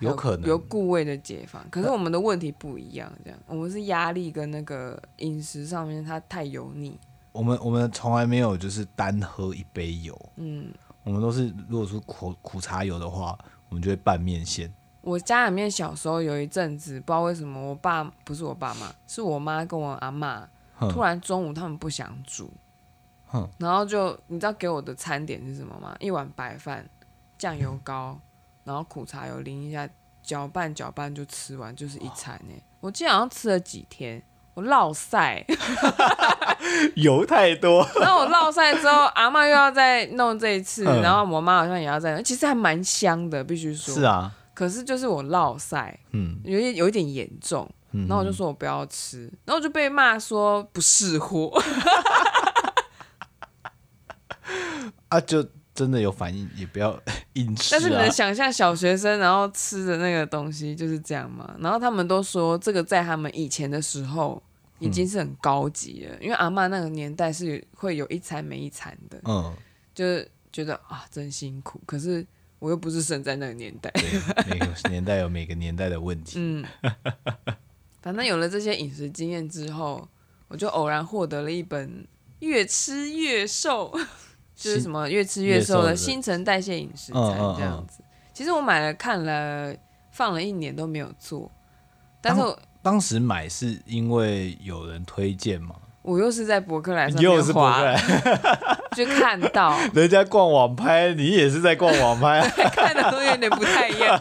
Speaker 1: 有可能
Speaker 2: 有固胃的解放。可是我们的问题不一样，这样我们是压力跟那个饮食上面它太油腻，
Speaker 1: 我们我们从来没有就是单喝一杯油，
Speaker 2: 嗯。
Speaker 1: 我们都是如果说苦苦茶油的话，我们就会拌面线。
Speaker 2: 我家里面小时候有一阵子，不知道为什么，我爸不是我爸妈，是我妈跟我阿妈，
Speaker 1: 哼
Speaker 2: 突然中午他们不想煮，
Speaker 1: 嗯哼
Speaker 2: 然后就你知道给我的餐点是什么吗？一碗白饭，酱油膏，然后苦茶油淋一下，搅拌搅拌就吃完，就是一餐呢、我记得好像吃了几天，我落晒，
Speaker 1: 油太多，
Speaker 2: 然后我落晒之后，阿妈又要再弄这一次，
Speaker 1: 嗯
Speaker 2: 然后我妈好像也要再弄，其实还蛮香的，必须说。
Speaker 1: 是。啊，
Speaker 2: 可是就是我落晒，
Speaker 1: 嗯，
Speaker 2: 有点有一点严重。
Speaker 1: 嗯
Speaker 2: 然后我就说我不要吃，然后我就被骂说不适乎，
Speaker 1: 啊，就真的有反应，也不要 硬吃、啊。
Speaker 2: 但是你能想象小学生然后吃的那个东西就是这样吗？然后他们都说这个在他们以前的时候已经是很高级
Speaker 1: 嗯
Speaker 2: 了，因为阿嬷那个年代是会有一餐没一餐的，
Speaker 1: 嗯，
Speaker 2: 就是觉得啊真辛苦。可是我又不是生在那个年 代，
Speaker 1: 对，每个年代有每个年代的问题。
Speaker 2: 嗯，反正有了这些饮食经验之后，我就偶然获得了一本《越吃越瘦》， 就是什么越吃越瘦的新陈代谢饮
Speaker 1: 嗯
Speaker 2: 食餐这样子。其实我买了看了，放了一年都没有做，但是我
Speaker 1: 当时买是因为有人推荐嘛，
Speaker 2: 我又是在博客来上
Speaker 1: 又
Speaker 2: 面
Speaker 1: 是不
Speaker 2: 滑，
Speaker 1: 对，
Speaker 2: 就看到
Speaker 1: 人家逛网拍，你也是在逛网拍。啊
Speaker 2: 看的东西有点不太一样，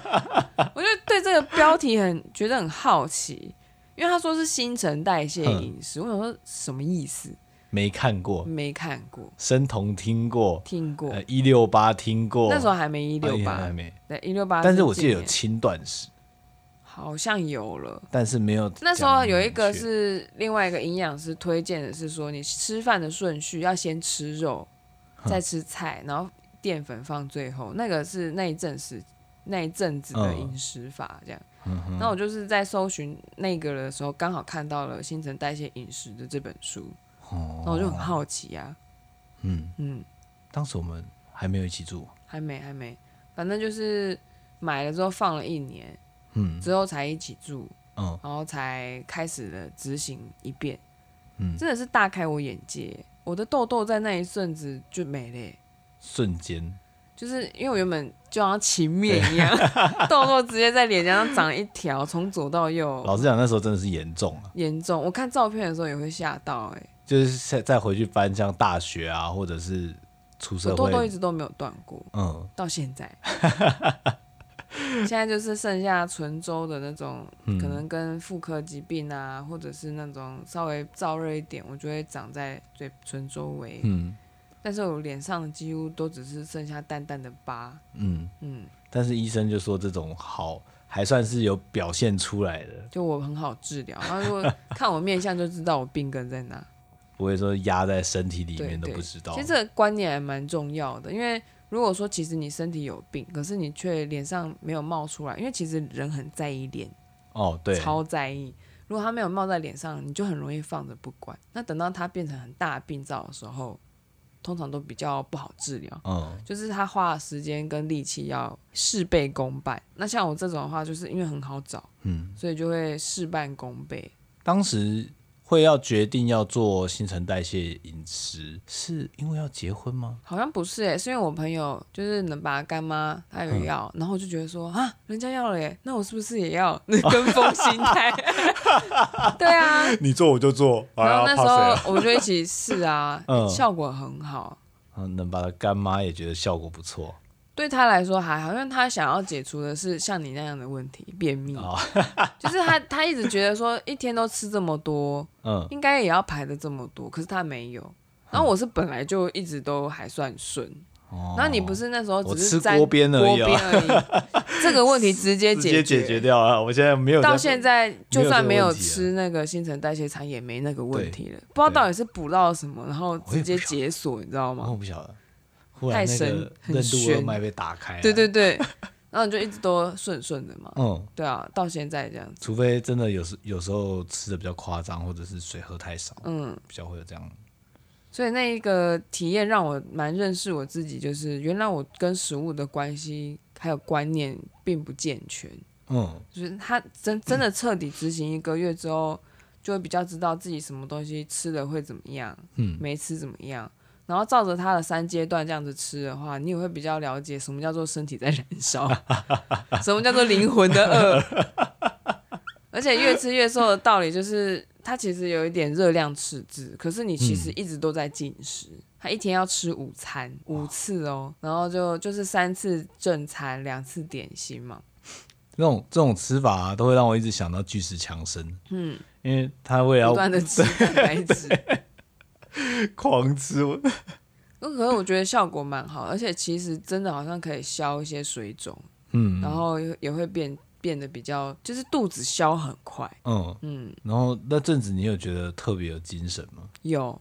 Speaker 2: 我就对这个标题很觉得很好奇。因为他说是新陈代谢
Speaker 1: 嗯
Speaker 2: 饮食，我想说什么意思？
Speaker 1: 没看过，
Speaker 2: 没看过，
Speaker 1: 生酮听过，
Speaker 2: 听过，
Speaker 1: 呃，一六八听过，
Speaker 2: 那时候还没一
Speaker 1: 啊
Speaker 2: 六
Speaker 1: 也还
Speaker 2: 八，
Speaker 1: 没，
Speaker 2: 对一六八。
Speaker 1: 但是我记得有轻断食，
Speaker 2: 好像有了。
Speaker 1: 但是没有讲明确。
Speaker 2: 那时候有一个是另外一个营养师推荐的是说，你吃饭的顺序要先吃肉，
Speaker 1: 嗯
Speaker 2: 再吃菜，然后淀粉放最后。那个是那一阵时那一阵子的
Speaker 1: 嗯
Speaker 2: 饮食法这样。那我就是在搜寻那个的时候，刚好看到了《新陈代谢饮食》的这本书，
Speaker 1: 哦，
Speaker 2: 那我就很好奇呀、
Speaker 1: 嗯，
Speaker 2: 嗯，
Speaker 1: 当时我们还没有一起住，
Speaker 2: 还没还没，反正就是买了之后放了一年，
Speaker 1: 嗯
Speaker 2: 之后才一起住，
Speaker 1: 嗯，
Speaker 2: 然后才开始了执行一遍，
Speaker 1: 嗯
Speaker 2: 真的是大开我眼界。我的痘痘在那一瞬子就没了耶、欸
Speaker 1: 瞬间
Speaker 2: 就是因为我原本就好像情面一 样，痘痘直接在脸颊上长了一条，从左到右，
Speaker 1: 老实讲，那时候真的是严重啊，
Speaker 2: 严重。我看照片的时候也会吓到、欸，
Speaker 1: 就是再再回去翻像大学啊，或者是出
Speaker 2: 我
Speaker 1: 社
Speaker 2: 痘痘一
Speaker 1: 会，
Speaker 2: 直都没有断过，
Speaker 1: 嗯，
Speaker 2: 到现在。 现在就是剩下唇周的那种，
Speaker 1: 嗯
Speaker 2: 可能跟妇科疾病啊，或者是那种稍微燥热一点，我就会长在嘴唇周围。
Speaker 1: 嗯
Speaker 2: 但是我脸上几乎都只是剩下淡淡的疤。
Speaker 1: 嗯，
Speaker 2: 嗯，
Speaker 1: 但是医生就说这种好还算是有表现出来的，
Speaker 2: 就我很好治疗，然后如果看我面相就知道我病根在哪。
Speaker 1: 不会说压在身体里
Speaker 2: 对
Speaker 1: 面都
Speaker 2: 对
Speaker 1: 不知道。
Speaker 2: 其实这个观念还蛮重要的，因为如果说其实你身体有病，可是你却脸上没有冒出来，因为其实人很在意脸，
Speaker 1: 哦，对，
Speaker 2: 超在意。如果它没有冒在脸上，你就很容易放着不管。那等到它变成很大的病灶的时候，通常都比较不好治疗。
Speaker 1: 嗯
Speaker 2: 就是他花的时间跟力气要事倍功半。那像我这种的话，就是因为很好找，
Speaker 1: 嗯。
Speaker 2: 所以就会事半功倍。
Speaker 1: 当时会要决定要做新陈代谢饮食，是因为要结婚吗？
Speaker 2: 好像不是诶、是因为我朋友就是能把干妈她有
Speaker 1: 嗯
Speaker 2: 要，然后我就觉得说啊，人家要了耶，那我是不是也要？ 那跟风心态， 对啊。
Speaker 1: 你做我就做，
Speaker 2: 然后那时候我们就一起试啊，
Speaker 1: 啊 嗯
Speaker 2: 效果很好。
Speaker 1: 嗯，能把他干妈也觉得效果不错
Speaker 2: 对他来说还好，因为他想要解除的是像你那样的问题，便秘。
Speaker 1: 哦
Speaker 2: 就是他他一直觉得说一天都吃这么多，
Speaker 1: 嗯
Speaker 2: 应该也要排的这么多，可是他没有。然后我是本来就一直都还算顺，
Speaker 1: 哦，
Speaker 2: 然后你不是那时候只
Speaker 1: 我
Speaker 2: 是
Speaker 1: 吃
Speaker 2: 沾
Speaker 1: 锅边而已啊
Speaker 2: 锅边而 已这个问题直接
Speaker 1: 直
Speaker 2: 解
Speaker 1: 接解决掉啊了。我现在没有
Speaker 2: 到
Speaker 1: 在
Speaker 2: 现在就算没
Speaker 1: 没
Speaker 2: 有
Speaker 1: 有这个问题啊
Speaker 2: 吃那个新陈代谢餐也没那个问题了，不知道到底是补到什么，然后直接解锁，你知道
Speaker 1: 哦，我
Speaker 2: 吗？
Speaker 1: 不晓得，忽然那
Speaker 2: 太神
Speaker 1: 个
Speaker 2: 很
Speaker 1: 任督
Speaker 2: 玄
Speaker 1: 二脉被打开了，
Speaker 2: 对对对，然后你就一直都顺顺的嘛。
Speaker 1: 嗯，
Speaker 2: 对啊，到现在这样子。
Speaker 1: 除非真的有时有时候吃的比较夸张，或者是水喝太少，
Speaker 2: 嗯，
Speaker 1: 比较会有这样。
Speaker 2: 所以那一个体验让我蛮认识我自己，就是原来我跟食物的关系还有观念并不健全。
Speaker 1: 嗯，
Speaker 2: 就是他真真的彻底执行一个月之后，就会比较知道自己什么东西吃了会怎么样，
Speaker 1: 嗯，
Speaker 2: 没吃怎么样。然后照着他的三阶段这样子吃的话，你也会比较了解什么叫做身体在燃烧，什么叫做灵魂的饿。而且越吃越瘦的道理就是，它其实有一点热量赤字，可是你其实一直都在进食。他一天要吃午餐五次哦，然后就就是三次正餐，两次点心嘛。
Speaker 1: 这种这种吃法、啊、都会让我一直想到巨石强森，
Speaker 2: 嗯，
Speaker 1: 因为他为了
Speaker 2: 不
Speaker 1: 要
Speaker 2: 断的吃蛋白质。
Speaker 1: 狂吃，我
Speaker 2: 可是我觉得效果蛮好，而且其实真的好像可以消一些水肿，
Speaker 1: 嗯，
Speaker 2: 然后也会变变得比较，就是肚子消很快。
Speaker 1: 嗯
Speaker 2: 嗯，
Speaker 1: 然后那阵子你有觉得特别有精神吗？
Speaker 2: 有，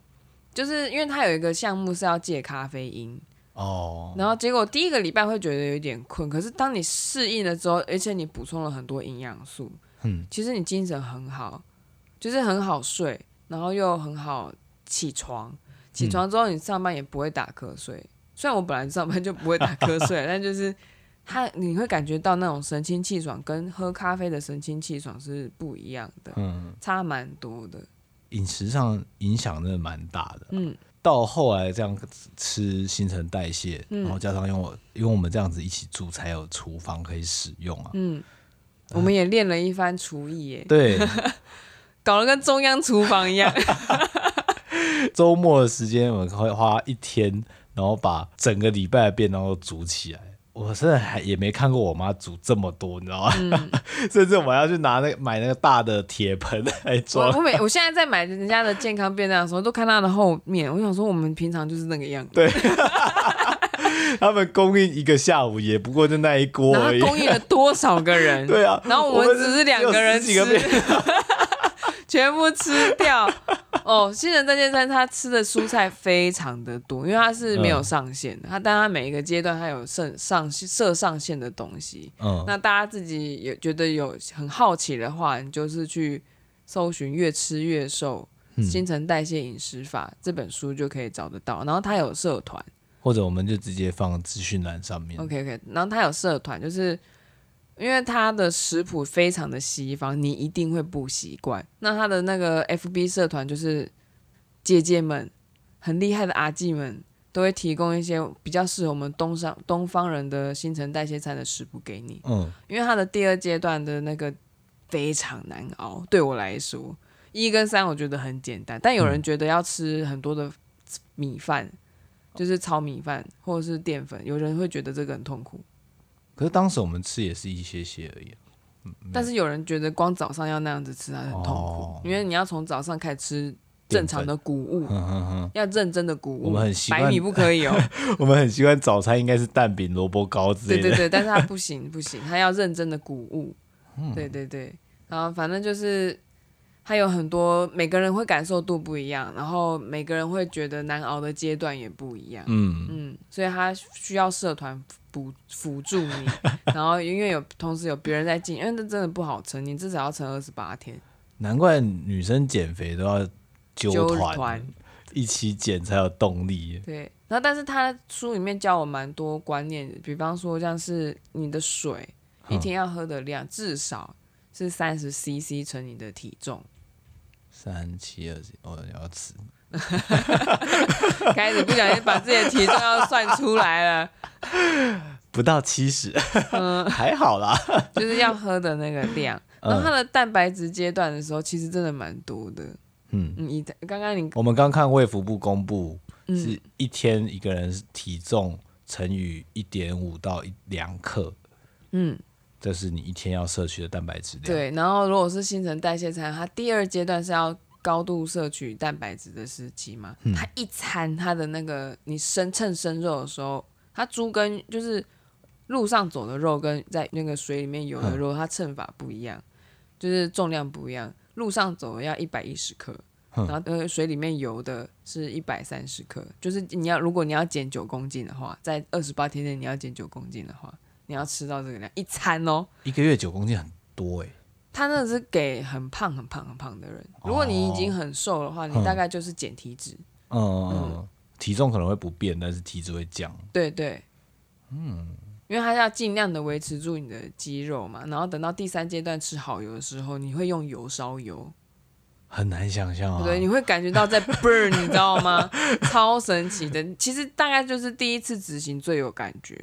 Speaker 2: 就是因为它有一个项目是要戒咖啡因，
Speaker 1: 哦，
Speaker 2: 然后结果第一个礼拜会觉得有点困，可是当你适应了之后，而且你补充了很多营养素，
Speaker 1: 嗯，
Speaker 2: 其实你精神很好，就是很好睡，然后又很好起床。起床之后，你上班也不会打瞌睡。虽然我本来上班就不会打瞌 睡，但就是它你会感觉到那种神清气爽，跟喝咖啡的神清气爽是不一样的，
Speaker 1: 嗯，
Speaker 2: 差蛮多的。
Speaker 1: 饮食上影响真的蛮大的。
Speaker 2: 嗯，
Speaker 1: 到后来这样吃新陈代谢，
Speaker 2: 嗯
Speaker 1: 然后加上因为我因为我们这样子一起住才有厨房可以使用啊。
Speaker 2: 嗯，我们也练了一番厨艺耶，
Speaker 1: 对，
Speaker 2: 搞得跟中央厨房一样。
Speaker 1: 周末的时间我们会花一天，然后把整个礼拜的便当都煮起来。我真的还也没看过我妈煮这么多，你知道吗？
Speaker 2: 嗯
Speaker 1: 甚至我还要去拿那个买那个大的铁盆来
Speaker 2: 我
Speaker 1: 装。
Speaker 2: 我每我现在在买人家的健康便当的时候，都看它的后面，我想说我们平常就是那个样子。
Speaker 1: 他们供应一个下午也不过就那一锅
Speaker 2: 然后
Speaker 1: 而已。
Speaker 2: 供应了多少 个人？
Speaker 1: 对啊，
Speaker 2: 然后我们只是两个人
Speaker 1: 只有十几个
Speaker 2: 吃， 全部吃掉。哦，新人在健餐他吃的蔬菜非常的多，因为他是没有
Speaker 1: 嗯
Speaker 2: 上限的，他但他每一个阶段他有上上设上限的东西。
Speaker 1: 嗯，
Speaker 2: 那大家自己也觉得有很好奇的话，你就是去搜寻《越吃越瘦：
Speaker 1: 嗯
Speaker 2: 新陈代谢饮食法》这本书就可以找得到。然后他有社团。
Speaker 1: 或者我们就直接放资讯栏上面。
Speaker 2: OK OK，然后他有社团，就是因为他的食谱非常的西方，你一定会不习惯。那他的那个 FB 社团就是姐姐们很厉害的阿纪们都会提供一些比较适合我们东上东方人的新陈代谢餐的食谱给你，
Speaker 1: 嗯，
Speaker 2: 因为他的第二阶段的那个非常难熬，对我来说。一跟三我觉得很简单，但有人觉得要吃很多的米饭，就是糙米饭或者是淀粉，有人会觉得这个很痛苦。
Speaker 1: 可是当时我们吃也是一些些而已啊、
Speaker 2: 但是有人觉得光早上要那样子吃还很痛苦，
Speaker 1: 哦
Speaker 2: 因为你要从早上开始吃正常的谷物，
Speaker 1: 嗯嗯嗯，
Speaker 2: 要认真的谷物，
Speaker 1: 我们很习惯
Speaker 2: 白米不可以哦。
Speaker 1: 我们很习惯早餐应该是蛋饼、萝卜糕之类
Speaker 2: 对
Speaker 1: 的。
Speaker 2: 对对，但是他不行 不行，他要认真的谷物。
Speaker 1: 嗯
Speaker 2: 对对对，然后反正就是他有很多每个人会感受度不一样，然后每个人会觉得难熬的阶段也不一样。
Speaker 1: 嗯，
Speaker 2: 嗯，所以他需要社团辅辅助你， 然后因为有同时有别人在进，因为那真的不好撑，你至少要撑二十八天。
Speaker 1: 难怪女生减肥都要
Speaker 2: 纠
Speaker 1: 揪团，
Speaker 2: 团
Speaker 1: 一起减才有动力。
Speaker 2: 对，然后但是他书里面教我蛮多观念的，比方说像是你的水一天要喝的量至少是三十 CC 乘你的体重，
Speaker 1: 三七二十，我要吃。
Speaker 2: 开始不小心把自己的体重要算出来了，
Speaker 1: 不到七十，
Speaker 2: 嗯
Speaker 1: 还好啦。
Speaker 2: 就是要喝的那个量。然后它的蛋白质阶段的时候，其实真的蛮多的。
Speaker 1: 嗯，
Speaker 2: 嗯，你刚刚你
Speaker 1: 我们刚看卫福部公布，
Speaker 2: 嗯
Speaker 1: 是一天一个人体重乘以一点五到一两克，
Speaker 2: 嗯
Speaker 1: 这是你一天要摄取的蛋白质量。，
Speaker 2: 对，然后如果是新陈代谢餐，它第二阶段是要高度摄取蛋白质的时期嘛？它一餐它的那个你生称生肉的时候，它猪跟就是路上走的肉跟在那个水里面游的肉，它称法不一样，就是重量不一样。路上走的要一百一十克，
Speaker 1: 嗯
Speaker 2: 然后呃水里面游的是一百三十克，就是你要如果你要减九公斤的话，在二十八天内你要减九公斤的话，你要吃到这个量一餐哦。
Speaker 1: 一个月九公斤很多哎、
Speaker 2: 他真的是给很胖、很胖、很胖的人。如果你已经很瘦的话，你大概就是减体脂。
Speaker 1: 嗯嗯嗯，体重可能会不变，但是体脂会降。
Speaker 2: 对对，嗯，因为它要尽量的维持住你的肌肉嘛，然后等到第三阶段吃好油的时候，你会用油烧油，
Speaker 1: 很难想象啊！
Speaker 2: 对，你会感觉到在 burn，你知道 吗？超神奇的。其实大概就是第一次执行最有感觉，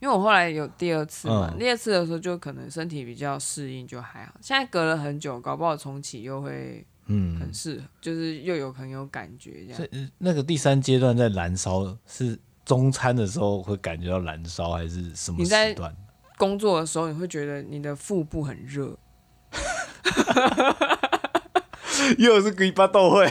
Speaker 2: 因为我后来有第二次嘛，
Speaker 1: 嗯
Speaker 2: 第二次的时候就可能身体比较适应，就还好。现在隔了很久，搞不好重启又会
Speaker 1: 嗯
Speaker 2: 很，适合，就是又有很有感觉这样
Speaker 1: 所。以呃那个第三阶段在燃烧是中餐的时候会感觉到燃烧，还是什么
Speaker 2: 你在
Speaker 1: 时段？
Speaker 2: 工作的时候，你会觉得你的腹部很热，
Speaker 1: 又是鬼巴豆会，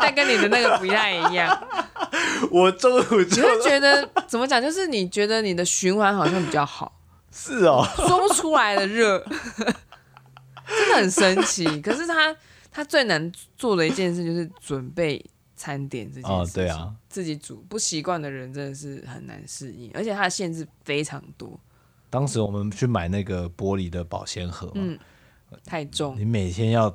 Speaker 2: 但跟你的那个不太一样。
Speaker 1: 我中午
Speaker 2: 你
Speaker 1: 就
Speaker 2: 会觉得怎么讲？就是你觉得你的循环好像比较好，
Speaker 1: 是 哦，
Speaker 2: 说不出来的热，真的很神奇。可是他他最难做的一件事就是准备餐点这件
Speaker 1: 哦
Speaker 2: 事情。
Speaker 1: 对啊，
Speaker 2: 自己煮不习惯的人真的是很难适应，而且它的限制非常多，
Speaker 1: 哦当时我们去买那个玻璃的保鲜盒嘛，
Speaker 2: 嗯太重
Speaker 1: 你。每天要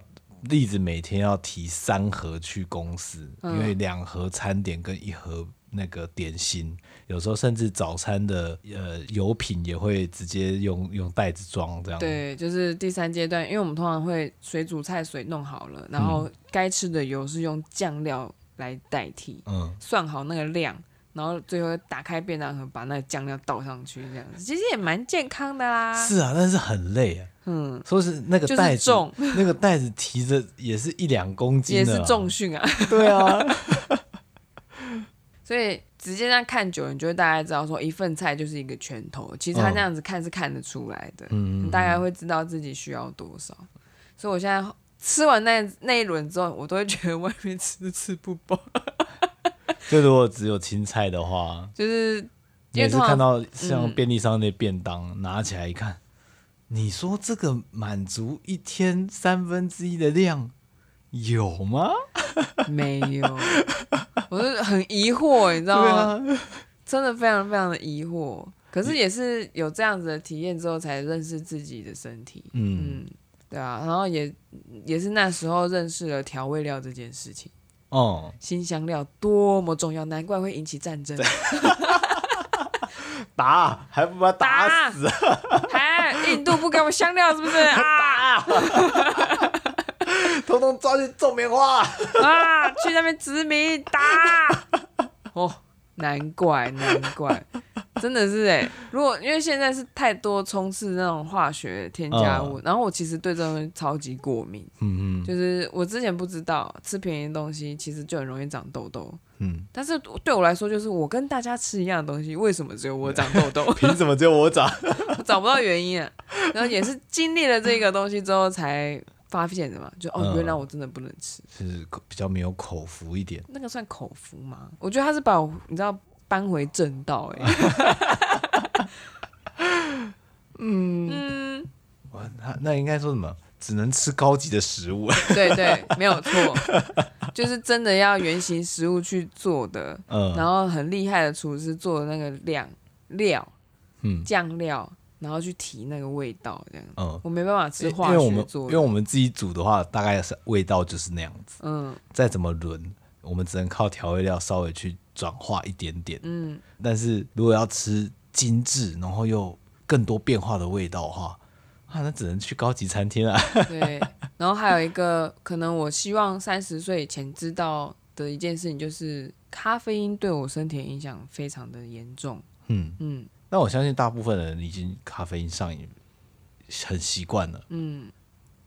Speaker 1: 栗子每天要提三盒去公司，
Speaker 2: 嗯
Speaker 1: 因为两盒餐点跟一盒那个点心，有时候甚至早餐的呃油品也会直接用用袋子装这样。，
Speaker 2: 对，就是第三阶段，因为我们通常会水煮菜水弄好
Speaker 1: 嗯
Speaker 2: 了，然后该吃的油是用酱料来代替。
Speaker 1: 嗯，
Speaker 2: 算好那个量，然后最后打开便当盒把那个酱料倒上去，这样子其实也蛮健康的啦。
Speaker 1: 是啊，但是很累啊。
Speaker 2: 嗯，
Speaker 1: 说是那个
Speaker 2: 就
Speaker 1: 袋
Speaker 2: 是
Speaker 1: 子，
Speaker 2: 重
Speaker 1: 那个袋子提着也是一两公斤
Speaker 2: 也
Speaker 1: 的、
Speaker 2: 是重。训啊，
Speaker 1: 对啊，
Speaker 2: 所以直接这样看久了，你就会大概知道说一份菜就是一个拳头，其实他那样子看是看得出来的，
Speaker 1: 嗯
Speaker 2: 你大概会知道自己需要多少。所以我现在吃完那那一轮之后，我都会觉得外面吃吃不饱，
Speaker 1: 就如果只有青菜的话，
Speaker 2: 就是
Speaker 1: 你
Speaker 2: 因为
Speaker 1: 也是
Speaker 2: 通常
Speaker 1: 看到像便利商店便当、拿起来一看，你说这个满足一天三分之一的量有吗？
Speaker 2: 没有，我是很疑惑，你知
Speaker 1: 对
Speaker 2: 道吗？
Speaker 1: 啊，
Speaker 2: 真的非常非常的疑惑。可是也是有这样子的体验之后，才认识自己的身体。
Speaker 1: 嗯，
Speaker 2: 嗯，对啊，然后也也是那时候认识了调味料这件事情，
Speaker 1: 哦、
Speaker 2: 新香料多么重要，难怪会引起战争。
Speaker 1: 打还不把他打死？啊
Speaker 2: 哎，印度不给我们香料是不是 啊
Speaker 1: 打，统统抓去种棉花。
Speaker 2: 啊？去那边殖民 打！哦，难怪难怪，真的是哎、如果因为现在是太多充斥那种化学添加物，然后我其实对这东西超级过敏。
Speaker 1: 嗯嗯嗯
Speaker 2: 就是我之前不知道吃便宜的东西其实就很容易长痘痘，
Speaker 1: 嗯，
Speaker 2: 但是对我来说，就是我跟大家吃一样的东西，为什么只有我长痘痘？
Speaker 1: 凭什么只有我长？
Speaker 2: 我找不到原因、啊。然后也是经历了这个东西之后才发现的嘛，就哦，
Speaker 1: 嗯
Speaker 2: 原来我真的不能吃
Speaker 1: 是比较没有口福一点。
Speaker 2: 那个算口服吗？我觉得他是把我你知道搬回正道哎、 欸嗯
Speaker 1: 哇，那那应该说什么？只能吃高级的食物。
Speaker 2: 对对，没有错，就是真的要原型食物去做的。
Speaker 1: 嗯，
Speaker 2: 然后很厉害的厨师做的那个量料
Speaker 1: 嗯
Speaker 2: 酱料，然后去提那个味道这样。
Speaker 1: 嗯，
Speaker 2: 我没办法吃
Speaker 1: 因
Speaker 2: 化
Speaker 1: 为我
Speaker 2: 学
Speaker 1: 们
Speaker 2: 做
Speaker 1: 因
Speaker 2: 的，
Speaker 1: 为我们自己煮的话，大概是味道就是那样子，
Speaker 2: 嗯
Speaker 1: 再怎么轮，我们只能靠调味料稍微去转化一点点。
Speaker 2: 嗯，
Speaker 1: 但是如果要吃精致，然后又更多变化的味道的话，啊，那只能去高级餐厅啊。
Speaker 2: 对。然后还有一个可能，我希望三十岁以前知道的一件事情就是，咖啡因对我身体的影响非常的严重。
Speaker 1: 嗯，
Speaker 2: 嗯
Speaker 1: 那我相信大部分人已经咖啡因上瘾，很习惯了。
Speaker 2: 嗯，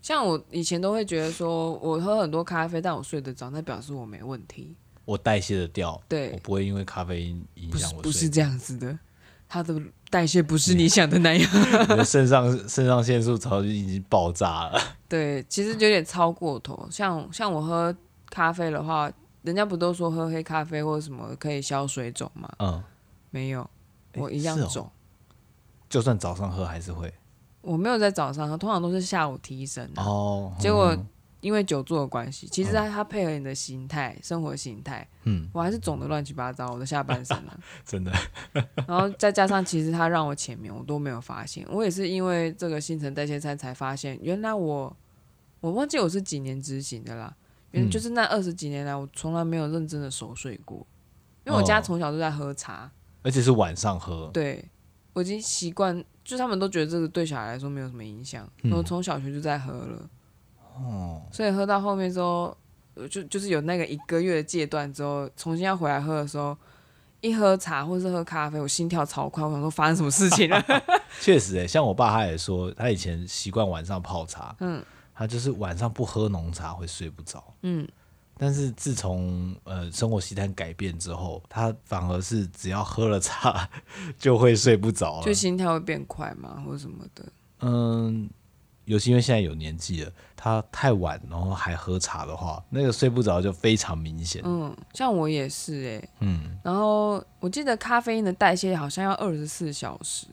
Speaker 2: 像我以前都会觉得说，我喝很多咖啡，但我睡得着，那表示我没问题。
Speaker 1: 我代谢得掉，
Speaker 2: 对
Speaker 1: 我不会因为咖啡因哦影
Speaker 2: 不
Speaker 1: 响
Speaker 2: 是
Speaker 1: 我
Speaker 2: 不是
Speaker 1: 睡。
Speaker 2: 这样子的，它的代谢不是你想的那样。
Speaker 1: 你 的肾上肾上腺素早就已经爆炸了。
Speaker 2: 对，其实有点超过头。像像我喝咖啡的话，人家不都说喝黑咖啡或者什么可以消水肿吗？
Speaker 1: 嗯，
Speaker 2: 没有，
Speaker 1: 诶
Speaker 2: 我一样
Speaker 1: 是哦
Speaker 2: 肿。
Speaker 1: 就算早上喝还是会。
Speaker 2: 我没有在早上喝，通常都是下午提神、啊。
Speaker 1: 哦，
Speaker 2: 结果因为久坐的关系，其实它它配合你的形态、生活形态，
Speaker 1: 嗯，
Speaker 2: 我还是肿的乱七八糟，我的下半身 啊。
Speaker 1: 真的，
Speaker 2: 然后再加上，其实它让我前面我都没有发现，我也是因为这个新陈代谢餐才发现，原来我我忘记我是几年执行的啦，原
Speaker 1: 嗯
Speaker 2: 就是那二十几年来，我从来没有认真的熟睡过，因为我家
Speaker 1: 哦
Speaker 2: 从小都在喝茶，
Speaker 1: 而且是晚上喝，
Speaker 2: 对我已经习惯，就他们都觉得这个对小孩来说没有什么影响，
Speaker 1: 嗯
Speaker 2: 我从小学就在喝了，
Speaker 1: 哦，
Speaker 2: 所以喝到后面之后，呃就就是有那个一个月的戒断之后，重新要回来喝的时候。一喝茶或是喝咖啡，我心跳超快，我想说发生什么事情了？
Speaker 1: 确实诶、欸像我爸他也说，他以前习惯晚上泡茶，
Speaker 2: 嗯，
Speaker 1: 他就是晚上不喝浓茶会睡不着。
Speaker 2: 嗯，
Speaker 1: 但是自从呃生活习惯改变之后，他反而是只要喝了茶 就会睡不着
Speaker 2: 就
Speaker 1: 了。
Speaker 2: 心跳会变快嘛，或者什么的。
Speaker 1: 嗯，尤其因为现在有年纪了，他太晚然后还喝茶的话，那个睡不着就非常明显。
Speaker 2: 嗯，像我也是哎、
Speaker 1: 嗯
Speaker 2: 然后我记得咖啡因的代谢好像要二十四小时，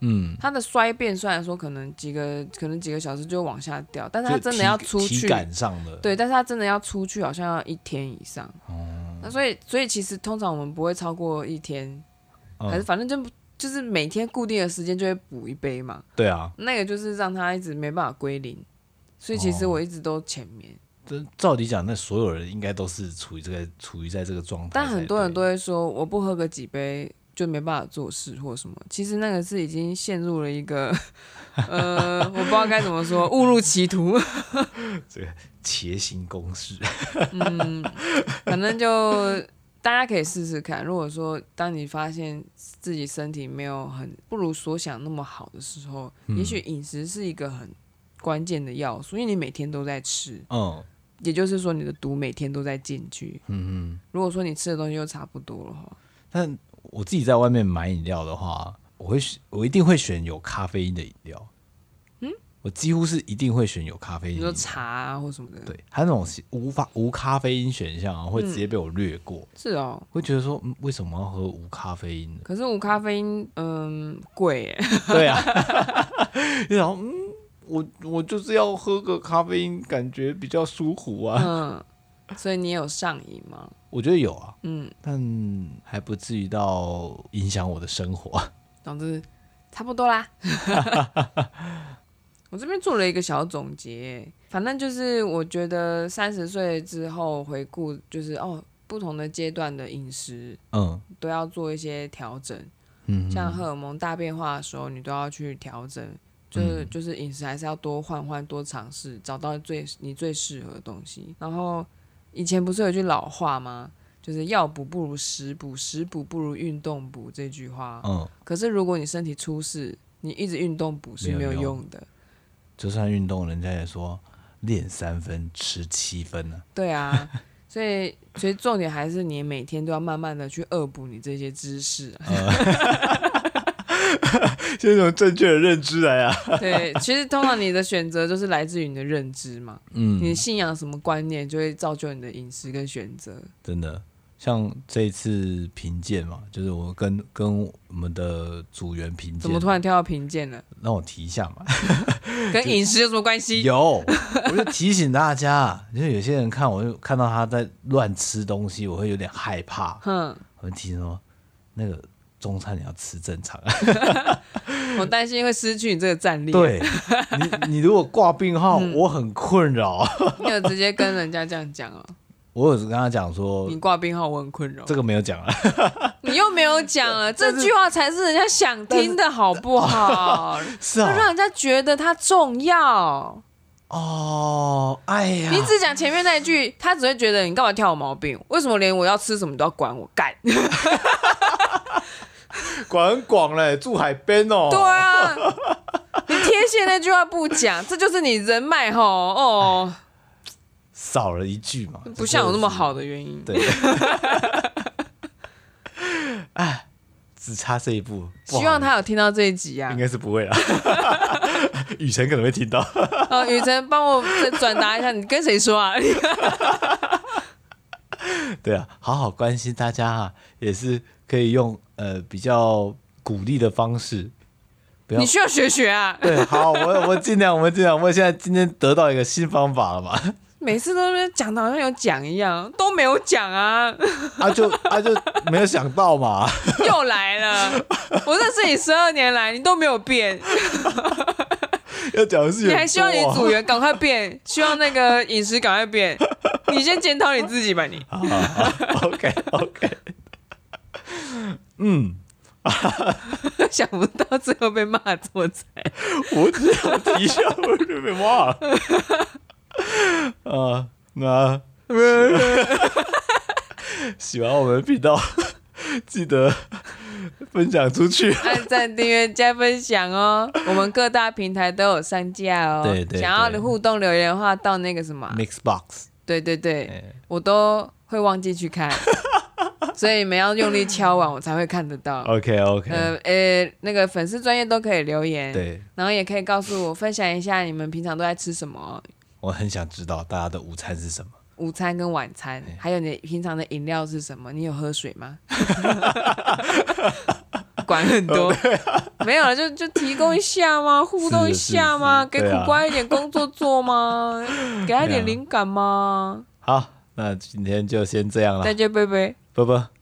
Speaker 1: 嗯，
Speaker 2: 它的衰变虽然说可能几个可能几个小时就往下掉，但是它
Speaker 1: 就
Speaker 2: 真的
Speaker 1: 体
Speaker 2: 要出
Speaker 1: 体
Speaker 2: 去，
Speaker 1: 感上的，哦
Speaker 2: 对，但是它真的要出去好像要一天以上。那所以所以其实通常我们不会超过一天，
Speaker 1: 嗯
Speaker 2: 还是反正就就是每天固定的时间就会补一杯嘛，
Speaker 1: 对啊，
Speaker 2: 那个就是让它一直没办法归零。所以其实
Speaker 1: 哦
Speaker 2: 我一直都前面。
Speaker 1: 这照理讲，那所有人应该都是处于这个处于在这个状态才
Speaker 2: 但
Speaker 1: 对，
Speaker 2: 很多人都会说，我不喝个几杯就没办法做事或什么。其实那个是已经陷入了一 个，呃，我不知道该怎么说，误入歧途。
Speaker 1: 茄形公式，
Speaker 2: 反正就大家可以试试看。如果说当你发现自己身体没有很不如所想那么好的时候，也许饮食是一个很关键的要素，因为你每天都在吃，
Speaker 1: 嗯
Speaker 2: 也就是说你的毒每天都在进去。
Speaker 1: 嗯嗯。
Speaker 2: 如果说你吃的东西又差不多的话，
Speaker 1: 但我自己在外面买饮料的话，我会选我一定会选有咖啡因的饮料。嗯，我几乎是一定会选有咖啡因
Speaker 2: 你
Speaker 1: 的饮
Speaker 2: 说
Speaker 1: 料。
Speaker 2: 茶啊或什么的，
Speaker 1: 对，还有那种是无法无咖啡因选项啊，会直接被我略过，
Speaker 2: 是哦。
Speaker 1: 会觉得说、嗯、为什么要喝无咖啡因
Speaker 2: ？
Speaker 1: 的
Speaker 2: 可是无咖啡因，嗯，贵耶，
Speaker 1: 对啊， 就想嗯，我我就是要喝个咖啡因，感觉比较舒服啊。
Speaker 2: 嗯，所以你有上瘾吗？
Speaker 1: 我觉得有啊，
Speaker 2: 嗯，
Speaker 1: 但还不至于到影响我的生活。
Speaker 2: 总之差不多啦。 我这边做了一个小总结，反正就是我觉得三十岁之后回顾，就是哦，不同的阶段的饮食
Speaker 1: 嗯
Speaker 2: 都要做一些调整，
Speaker 1: 嗯，
Speaker 2: 像荷尔蒙大变化的时候，你都要去调整。就是就是饮食还是要多换换，多尝试，找到最你最适合的东西。然后以前不是有句老话吗？就是药补不如食补，食补不如运动补这句话。
Speaker 1: 嗯，
Speaker 2: 可是如果你身体出事，你一直运动补是没
Speaker 1: 没有
Speaker 2: 有
Speaker 1: 用
Speaker 2: 用的。
Speaker 1: 就算运动，人家也说练三分吃七分呢、
Speaker 2: 对啊， 所以所以重点还是你每天都要慢慢的去恶补你这些知识、 啊。
Speaker 1: 先从正确的认知来啊。
Speaker 2: 对，其实通常你的选择就是来自于你的认知嘛。你
Speaker 1: 嗯，
Speaker 2: 信仰什么观念，就会造就你的饮食跟选择。
Speaker 1: 真的，像这一次评鉴嘛，就是我跟跟我们的组员评鉴，
Speaker 2: 怎么突然跳到贫贱了？
Speaker 1: 让我提一下 嘛？
Speaker 2: 跟饮食有什么关系？
Speaker 1: 有，我就提醒大家，就是有些人看我就看到他在乱吃东西，我会有点害怕，
Speaker 2: 哼，
Speaker 1: 我就提醒说那个。中餐你要吃正常，啊
Speaker 2: 我担心会失去你这个战力。，啊
Speaker 1: 对你，你如果挂病号，
Speaker 2: 嗯
Speaker 1: 我很困扰。
Speaker 2: 你有直接跟人家这样讲哦、
Speaker 1: 我有跟他讲说
Speaker 2: 你，挂病号，我很困扰。
Speaker 1: 这个没有 讲啊，
Speaker 2: 你又没有讲了，这句话才是人家想听的好不好？
Speaker 1: 是
Speaker 2: 要
Speaker 1: 啊，
Speaker 2: 哦让人家觉得它重要。
Speaker 1: 哦，哎呀，
Speaker 2: 你只讲前面那一句，他只会觉得你干嘛挑我毛病？为什么连我要吃什么都要管我干？
Speaker 1: 管很广嘞，住海边哦。
Speaker 2: 对啊，你贴现那句话不讲，这就是你人脉吼哦，
Speaker 1: 少了一句嘛，
Speaker 2: 不像我那么好的原因。
Speaker 1: 对。 哎，只差这一步，不好
Speaker 2: 希望他有听到这一集啊
Speaker 1: 应。该是不会了。 雨辰可能会听到。
Speaker 2: 呃，雨辰帮我再转达一下，你跟谁说啊？
Speaker 1: 对啊，好好关心大家啊，也是可以用呃比较鼓励的方式。不要
Speaker 2: 你需要学学啊。
Speaker 1: 对，好，我我尽量，我们尽量，我现在今天得到一个新方法了嘛。
Speaker 2: 每次都在那边讲的好像有讲一样，都没有讲啊，
Speaker 1: 啊就啊就没有想到嘛，
Speaker 2: 又来了。我认识你十二年来，你都没有变，
Speaker 1: 要讲的事情
Speaker 2: 你
Speaker 1: 很
Speaker 2: 还希望你
Speaker 1: 多啊
Speaker 2: 组员赶快变，希望那个饮食赶快 变。你先检讨你自己吧，你。
Speaker 1: 好好 好 OK OK，嗯，
Speaker 2: 想不到最后被骂这么惨，
Speaker 1: 我只想提一下，我就被忘了。 啊，那喜欢我们的频道， 记得分享出去。
Speaker 2: 按赞、订阅、加分享哦。我们各大平台都有上架哦。
Speaker 1: 对对
Speaker 2: 想要
Speaker 1: 对
Speaker 2: 互动留言的话，到那个什么啊，
Speaker 1: Mixbox，
Speaker 2: 对对对
Speaker 1: 哎，
Speaker 2: 我都会忘记去 看，所以你们要用力敲完，我才会看得 到。
Speaker 1: OK OK，、
Speaker 2: 呃呃，那个粉丝专业都可以留言，
Speaker 1: 对
Speaker 2: 然后也可以告诉我分享一下你们平常都在吃什么哦，
Speaker 1: 我很想知道大家的午餐是什么。
Speaker 2: 午餐跟晚餐，
Speaker 1: 哎
Speaker 2: 还有你平常的饮料是什么？你有喝水吗？ 管很
Speaker 1: 哦
Speaker 2: 多，
Speaker 1: 啊
Speaker 2: 没有了，就就提供一下吗？互动一下吗？
Speaker 1: 是是是对
Speaker 2: 给苦
Speaker 1: 啊
Speaker 2: 瓜一点工作 做吗？给他一点灵感吗？
Speaker 1: 好，那今天就先这样了
Speaker 2: 再，见，贝贝。
Speaker 1: 拜拜。